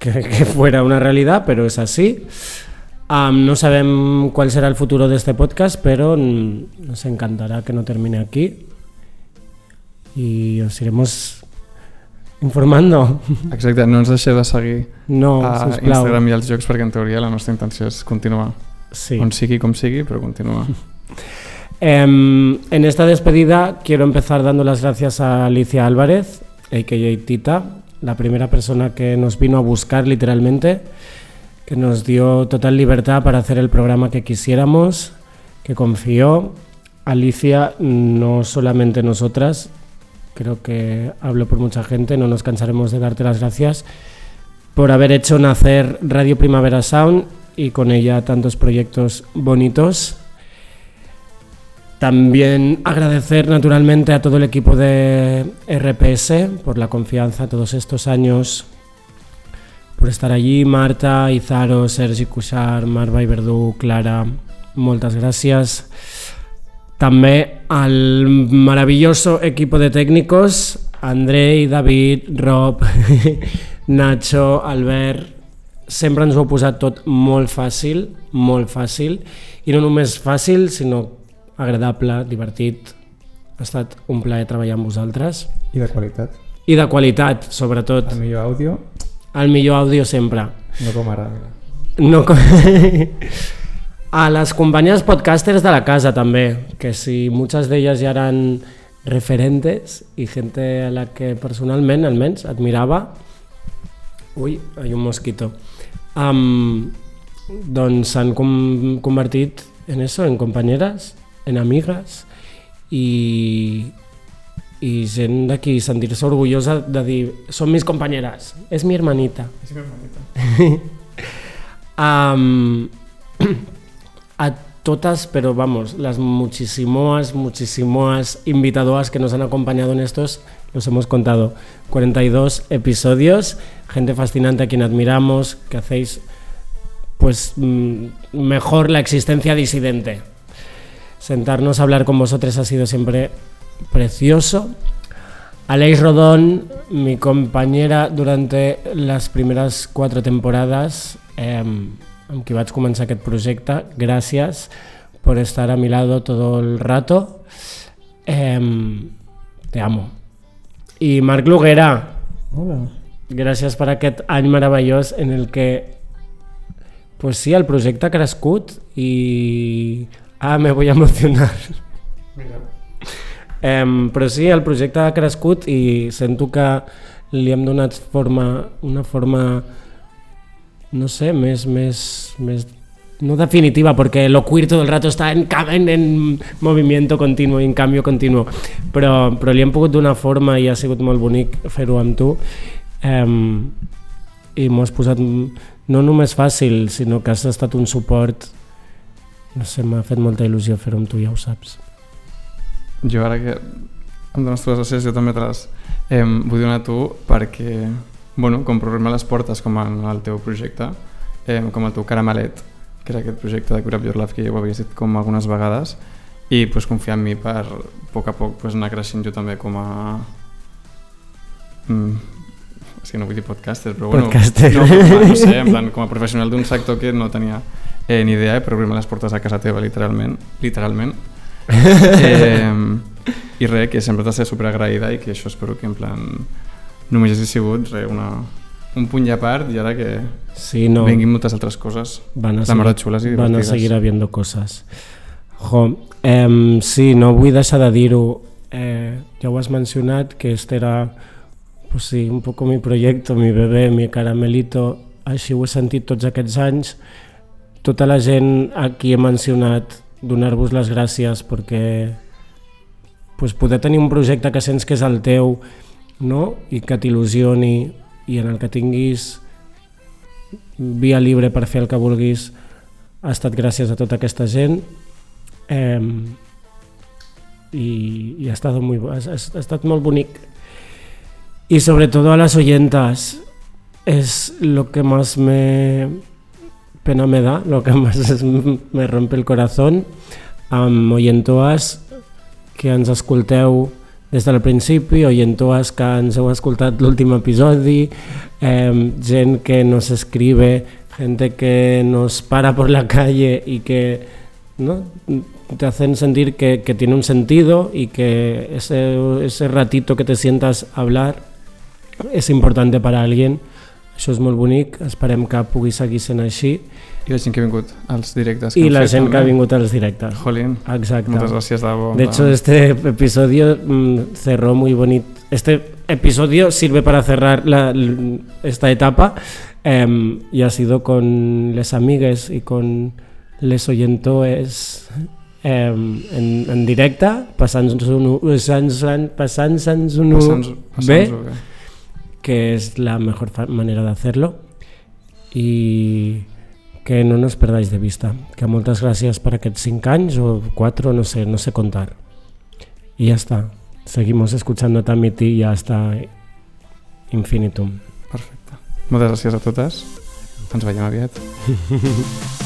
Speaker 2: que, que fuera una realidad, pero es así. Am, no sabem cuál será el futuro de este podcast, pero mm, nos encantará que no termine aquí y os iremos informando.
Speaker 6: Exacte, no ens deixeu de seguir
Speaker 2: No,
Speaker 6: a
Speaker 2: sisplau.
Speaker 6: Instagram i als jocs perquè en teoria la nostra intenció és continuar.
Speaker 2: Sí.
Speaker 6: On sigui, com sigui, però continuar.
Speaker 2: Em, en esta despedida quiero empezar dando las gracias a Alicia Álvarez, a.k.a. Tita, la primera persona que nos vino a buscar literalmente, que nos dio total libertad para hacer el programa que quisiéramos, que confió. Alicia, no solamente nosotras, creo que hablo por mucha gente, no nos cansaremos de darte las gracias por haber hecho nacer Radio Primavera Sound y con ella tantos proyectos bonitos. También agradecer naturalmente a todo el equipo de RPS por la confianza todos estos años, por estar allí. Marta, Izaro, Sergi Cuixart, Marva Verdú, Clara, moltes gràcies. També al maravilloso equipo de técnicos, Andrei, David, Rob, Nacho, Albert, sempre ens ho heu posat tot molt fàcil, molt fàcil, i no només fàcil, sinó agradable, divertit. Ha estat un plaer treballar amb vosaltres.
Speaker 6: I de qualitat.
Speaker 2: I de qualitat, sobretot.
Speaker 6: millor àudio,
Speaker 2: El millor àudio sempre.
Speaker 6: no com ara.
Speaker 2: No co- a les companyes podcasters de la casa també, que si muchas de ellas ya eran referentes y gente a la que personalment almenys admirava ui, hi ha un mosquito um, doncs s'han com convertit en eso, en companyeres en amigues i, i gent de qui sentir-se orgullosa de dir són mis companyeres, és mi hermanita Am, a todas, pero vamos, las muchísimas, muchísimas invitadoras que nos han acompañado en estos, los hemos contado, 42 episodios, gente fascinante a quien admiramos, que hacéis pues mm, mejor la existencia disidente. Sentarnos a hablar con vosotros ha sido siempre precioso. Aleix Rodón, mi compañera durante les primeres quatre temporades, eh, amb qui vaig començar aquest projecte, gràcies per estar a mi lado todo el rato. Eh, te amo. I Marc Noguera. Hola. Gràcies per aquest any meravellós en el que pues sí, el projecte ha crescut i... Ah, me voy a emocionar. Em, però sí, el projecte ha crescut i sento que li hem donat forma, una forma, no sé, més, més, més no definitiva, porque lo queer todo el rato está en, ca- en, en movimiento continuo i en canvi continuo, però, però li hem pogut donar forma i ha sigut molt bonic fer-ho amb tu. Em, i m'ho has posat m- no només fàcil, sinó que has estat un suport no sé, m'ha fet molta il·lusió fer-ho amb tu, ja ho saps.
Speaker 6: Jo ara que em dones tu les gràcies, jo també te les eh, vull donar a tu perquè, bueno, com obrir-me les portes com en el teu projecte, eh, com el teu Caramalet, que és aquest projecte de Curap Your Life que jo ho havia dit com algunes vegades, i pues, confiar en mi per a poc a poc pues, anar creixent jo també com a... Mm, és que no vull dir podcaster, però bueno,
Speaker 2: Podcaster.
Speaker 6: No, però, no sé, en plan, com a professional d'un sector que no tenia eh, ni idea, però obrir-me les portes a casa teva, literalment, literalment, eh, i res, que sempre t'has de ser superagraïda i que això espero que en plan només hagi sigut res, una, un puny a part i ara que
Speaker 2: Sí,
Speaker 6: no.
Speaker 2: no,
Speaker 6: vinguin moltes altres coses
Speaker 2: van a
Speaker 6: la mar de xules i
Speaker 2: van a
Speaker 6: divertides.
Speaker 2: seguir habiendo coses. Jo, em, sí, no vull deixar de dir-ho, eh, ja ho has mencionat, que este era pues sí, un poco mi proyecto, mi bebé, mi caramelito, així ho he sentit tots aquests anys. Tota la gent a qui he mencionat, donar-vos les gràcies perquè pues, poder tenir un projecte que sents que és el teu no? i que t'il·lusioni i en el que tinguis via libre per fer el que vulguis ha estat gràcies a tota aquesta gent eh, i, i ha, estat molt, ha, ha estat molt bonic y sobre todo a las oyentas es lo que más me pena me da, lo que más es- me rompe el corazón amb oyentoas que ens escolteu des del principi, oyentoas que ens heu escoltat l'últim episodi, eh, gent que nos escribe, gente que nos para por la calle y que ¿no? te hacen sentir que, que tiene un sentido y que ese, ese ratito que te sientas a hablar és important per a alguien. Això és molt bonic, esperem que pugui seguir sent així.
Speaker 6: i la gent que ha vingut als directes que
Speaker 2: I
Speaker 6: han
Speaker 2: la
Speaker 6: fet,
Speaker 2: gent
Speaker 6: també.
Speaker 2: que ha vingut als directes.
Speaker 6: Jolín,
Speaker 2: Exacte.
Speaker 6: moltes gràcies de bo
Speaker 2: De hecho, este episodio mm, cerró muy bonito. Este episodio sirve para cerrar la- l- esta etapa em, y ha sido con les amigues y con les oyentoes em, en, en directe, passant-nos un, passant passant un,
Speaker 6: passant-ho
Speaker 2: bé,
Speaker 6: passant bé.
Speaker 2: que es la mejor fa- manera de hacerlo y que no nos perdáis de vista. Que moltes gràcies per aquests 5 anys o 4, no sé, no sé contar. Y ya está. Seguimos escuchando Tamiti y hasta infinitum.
Speaker 6: perfecte moltes gràcies a totes ens veiem aviat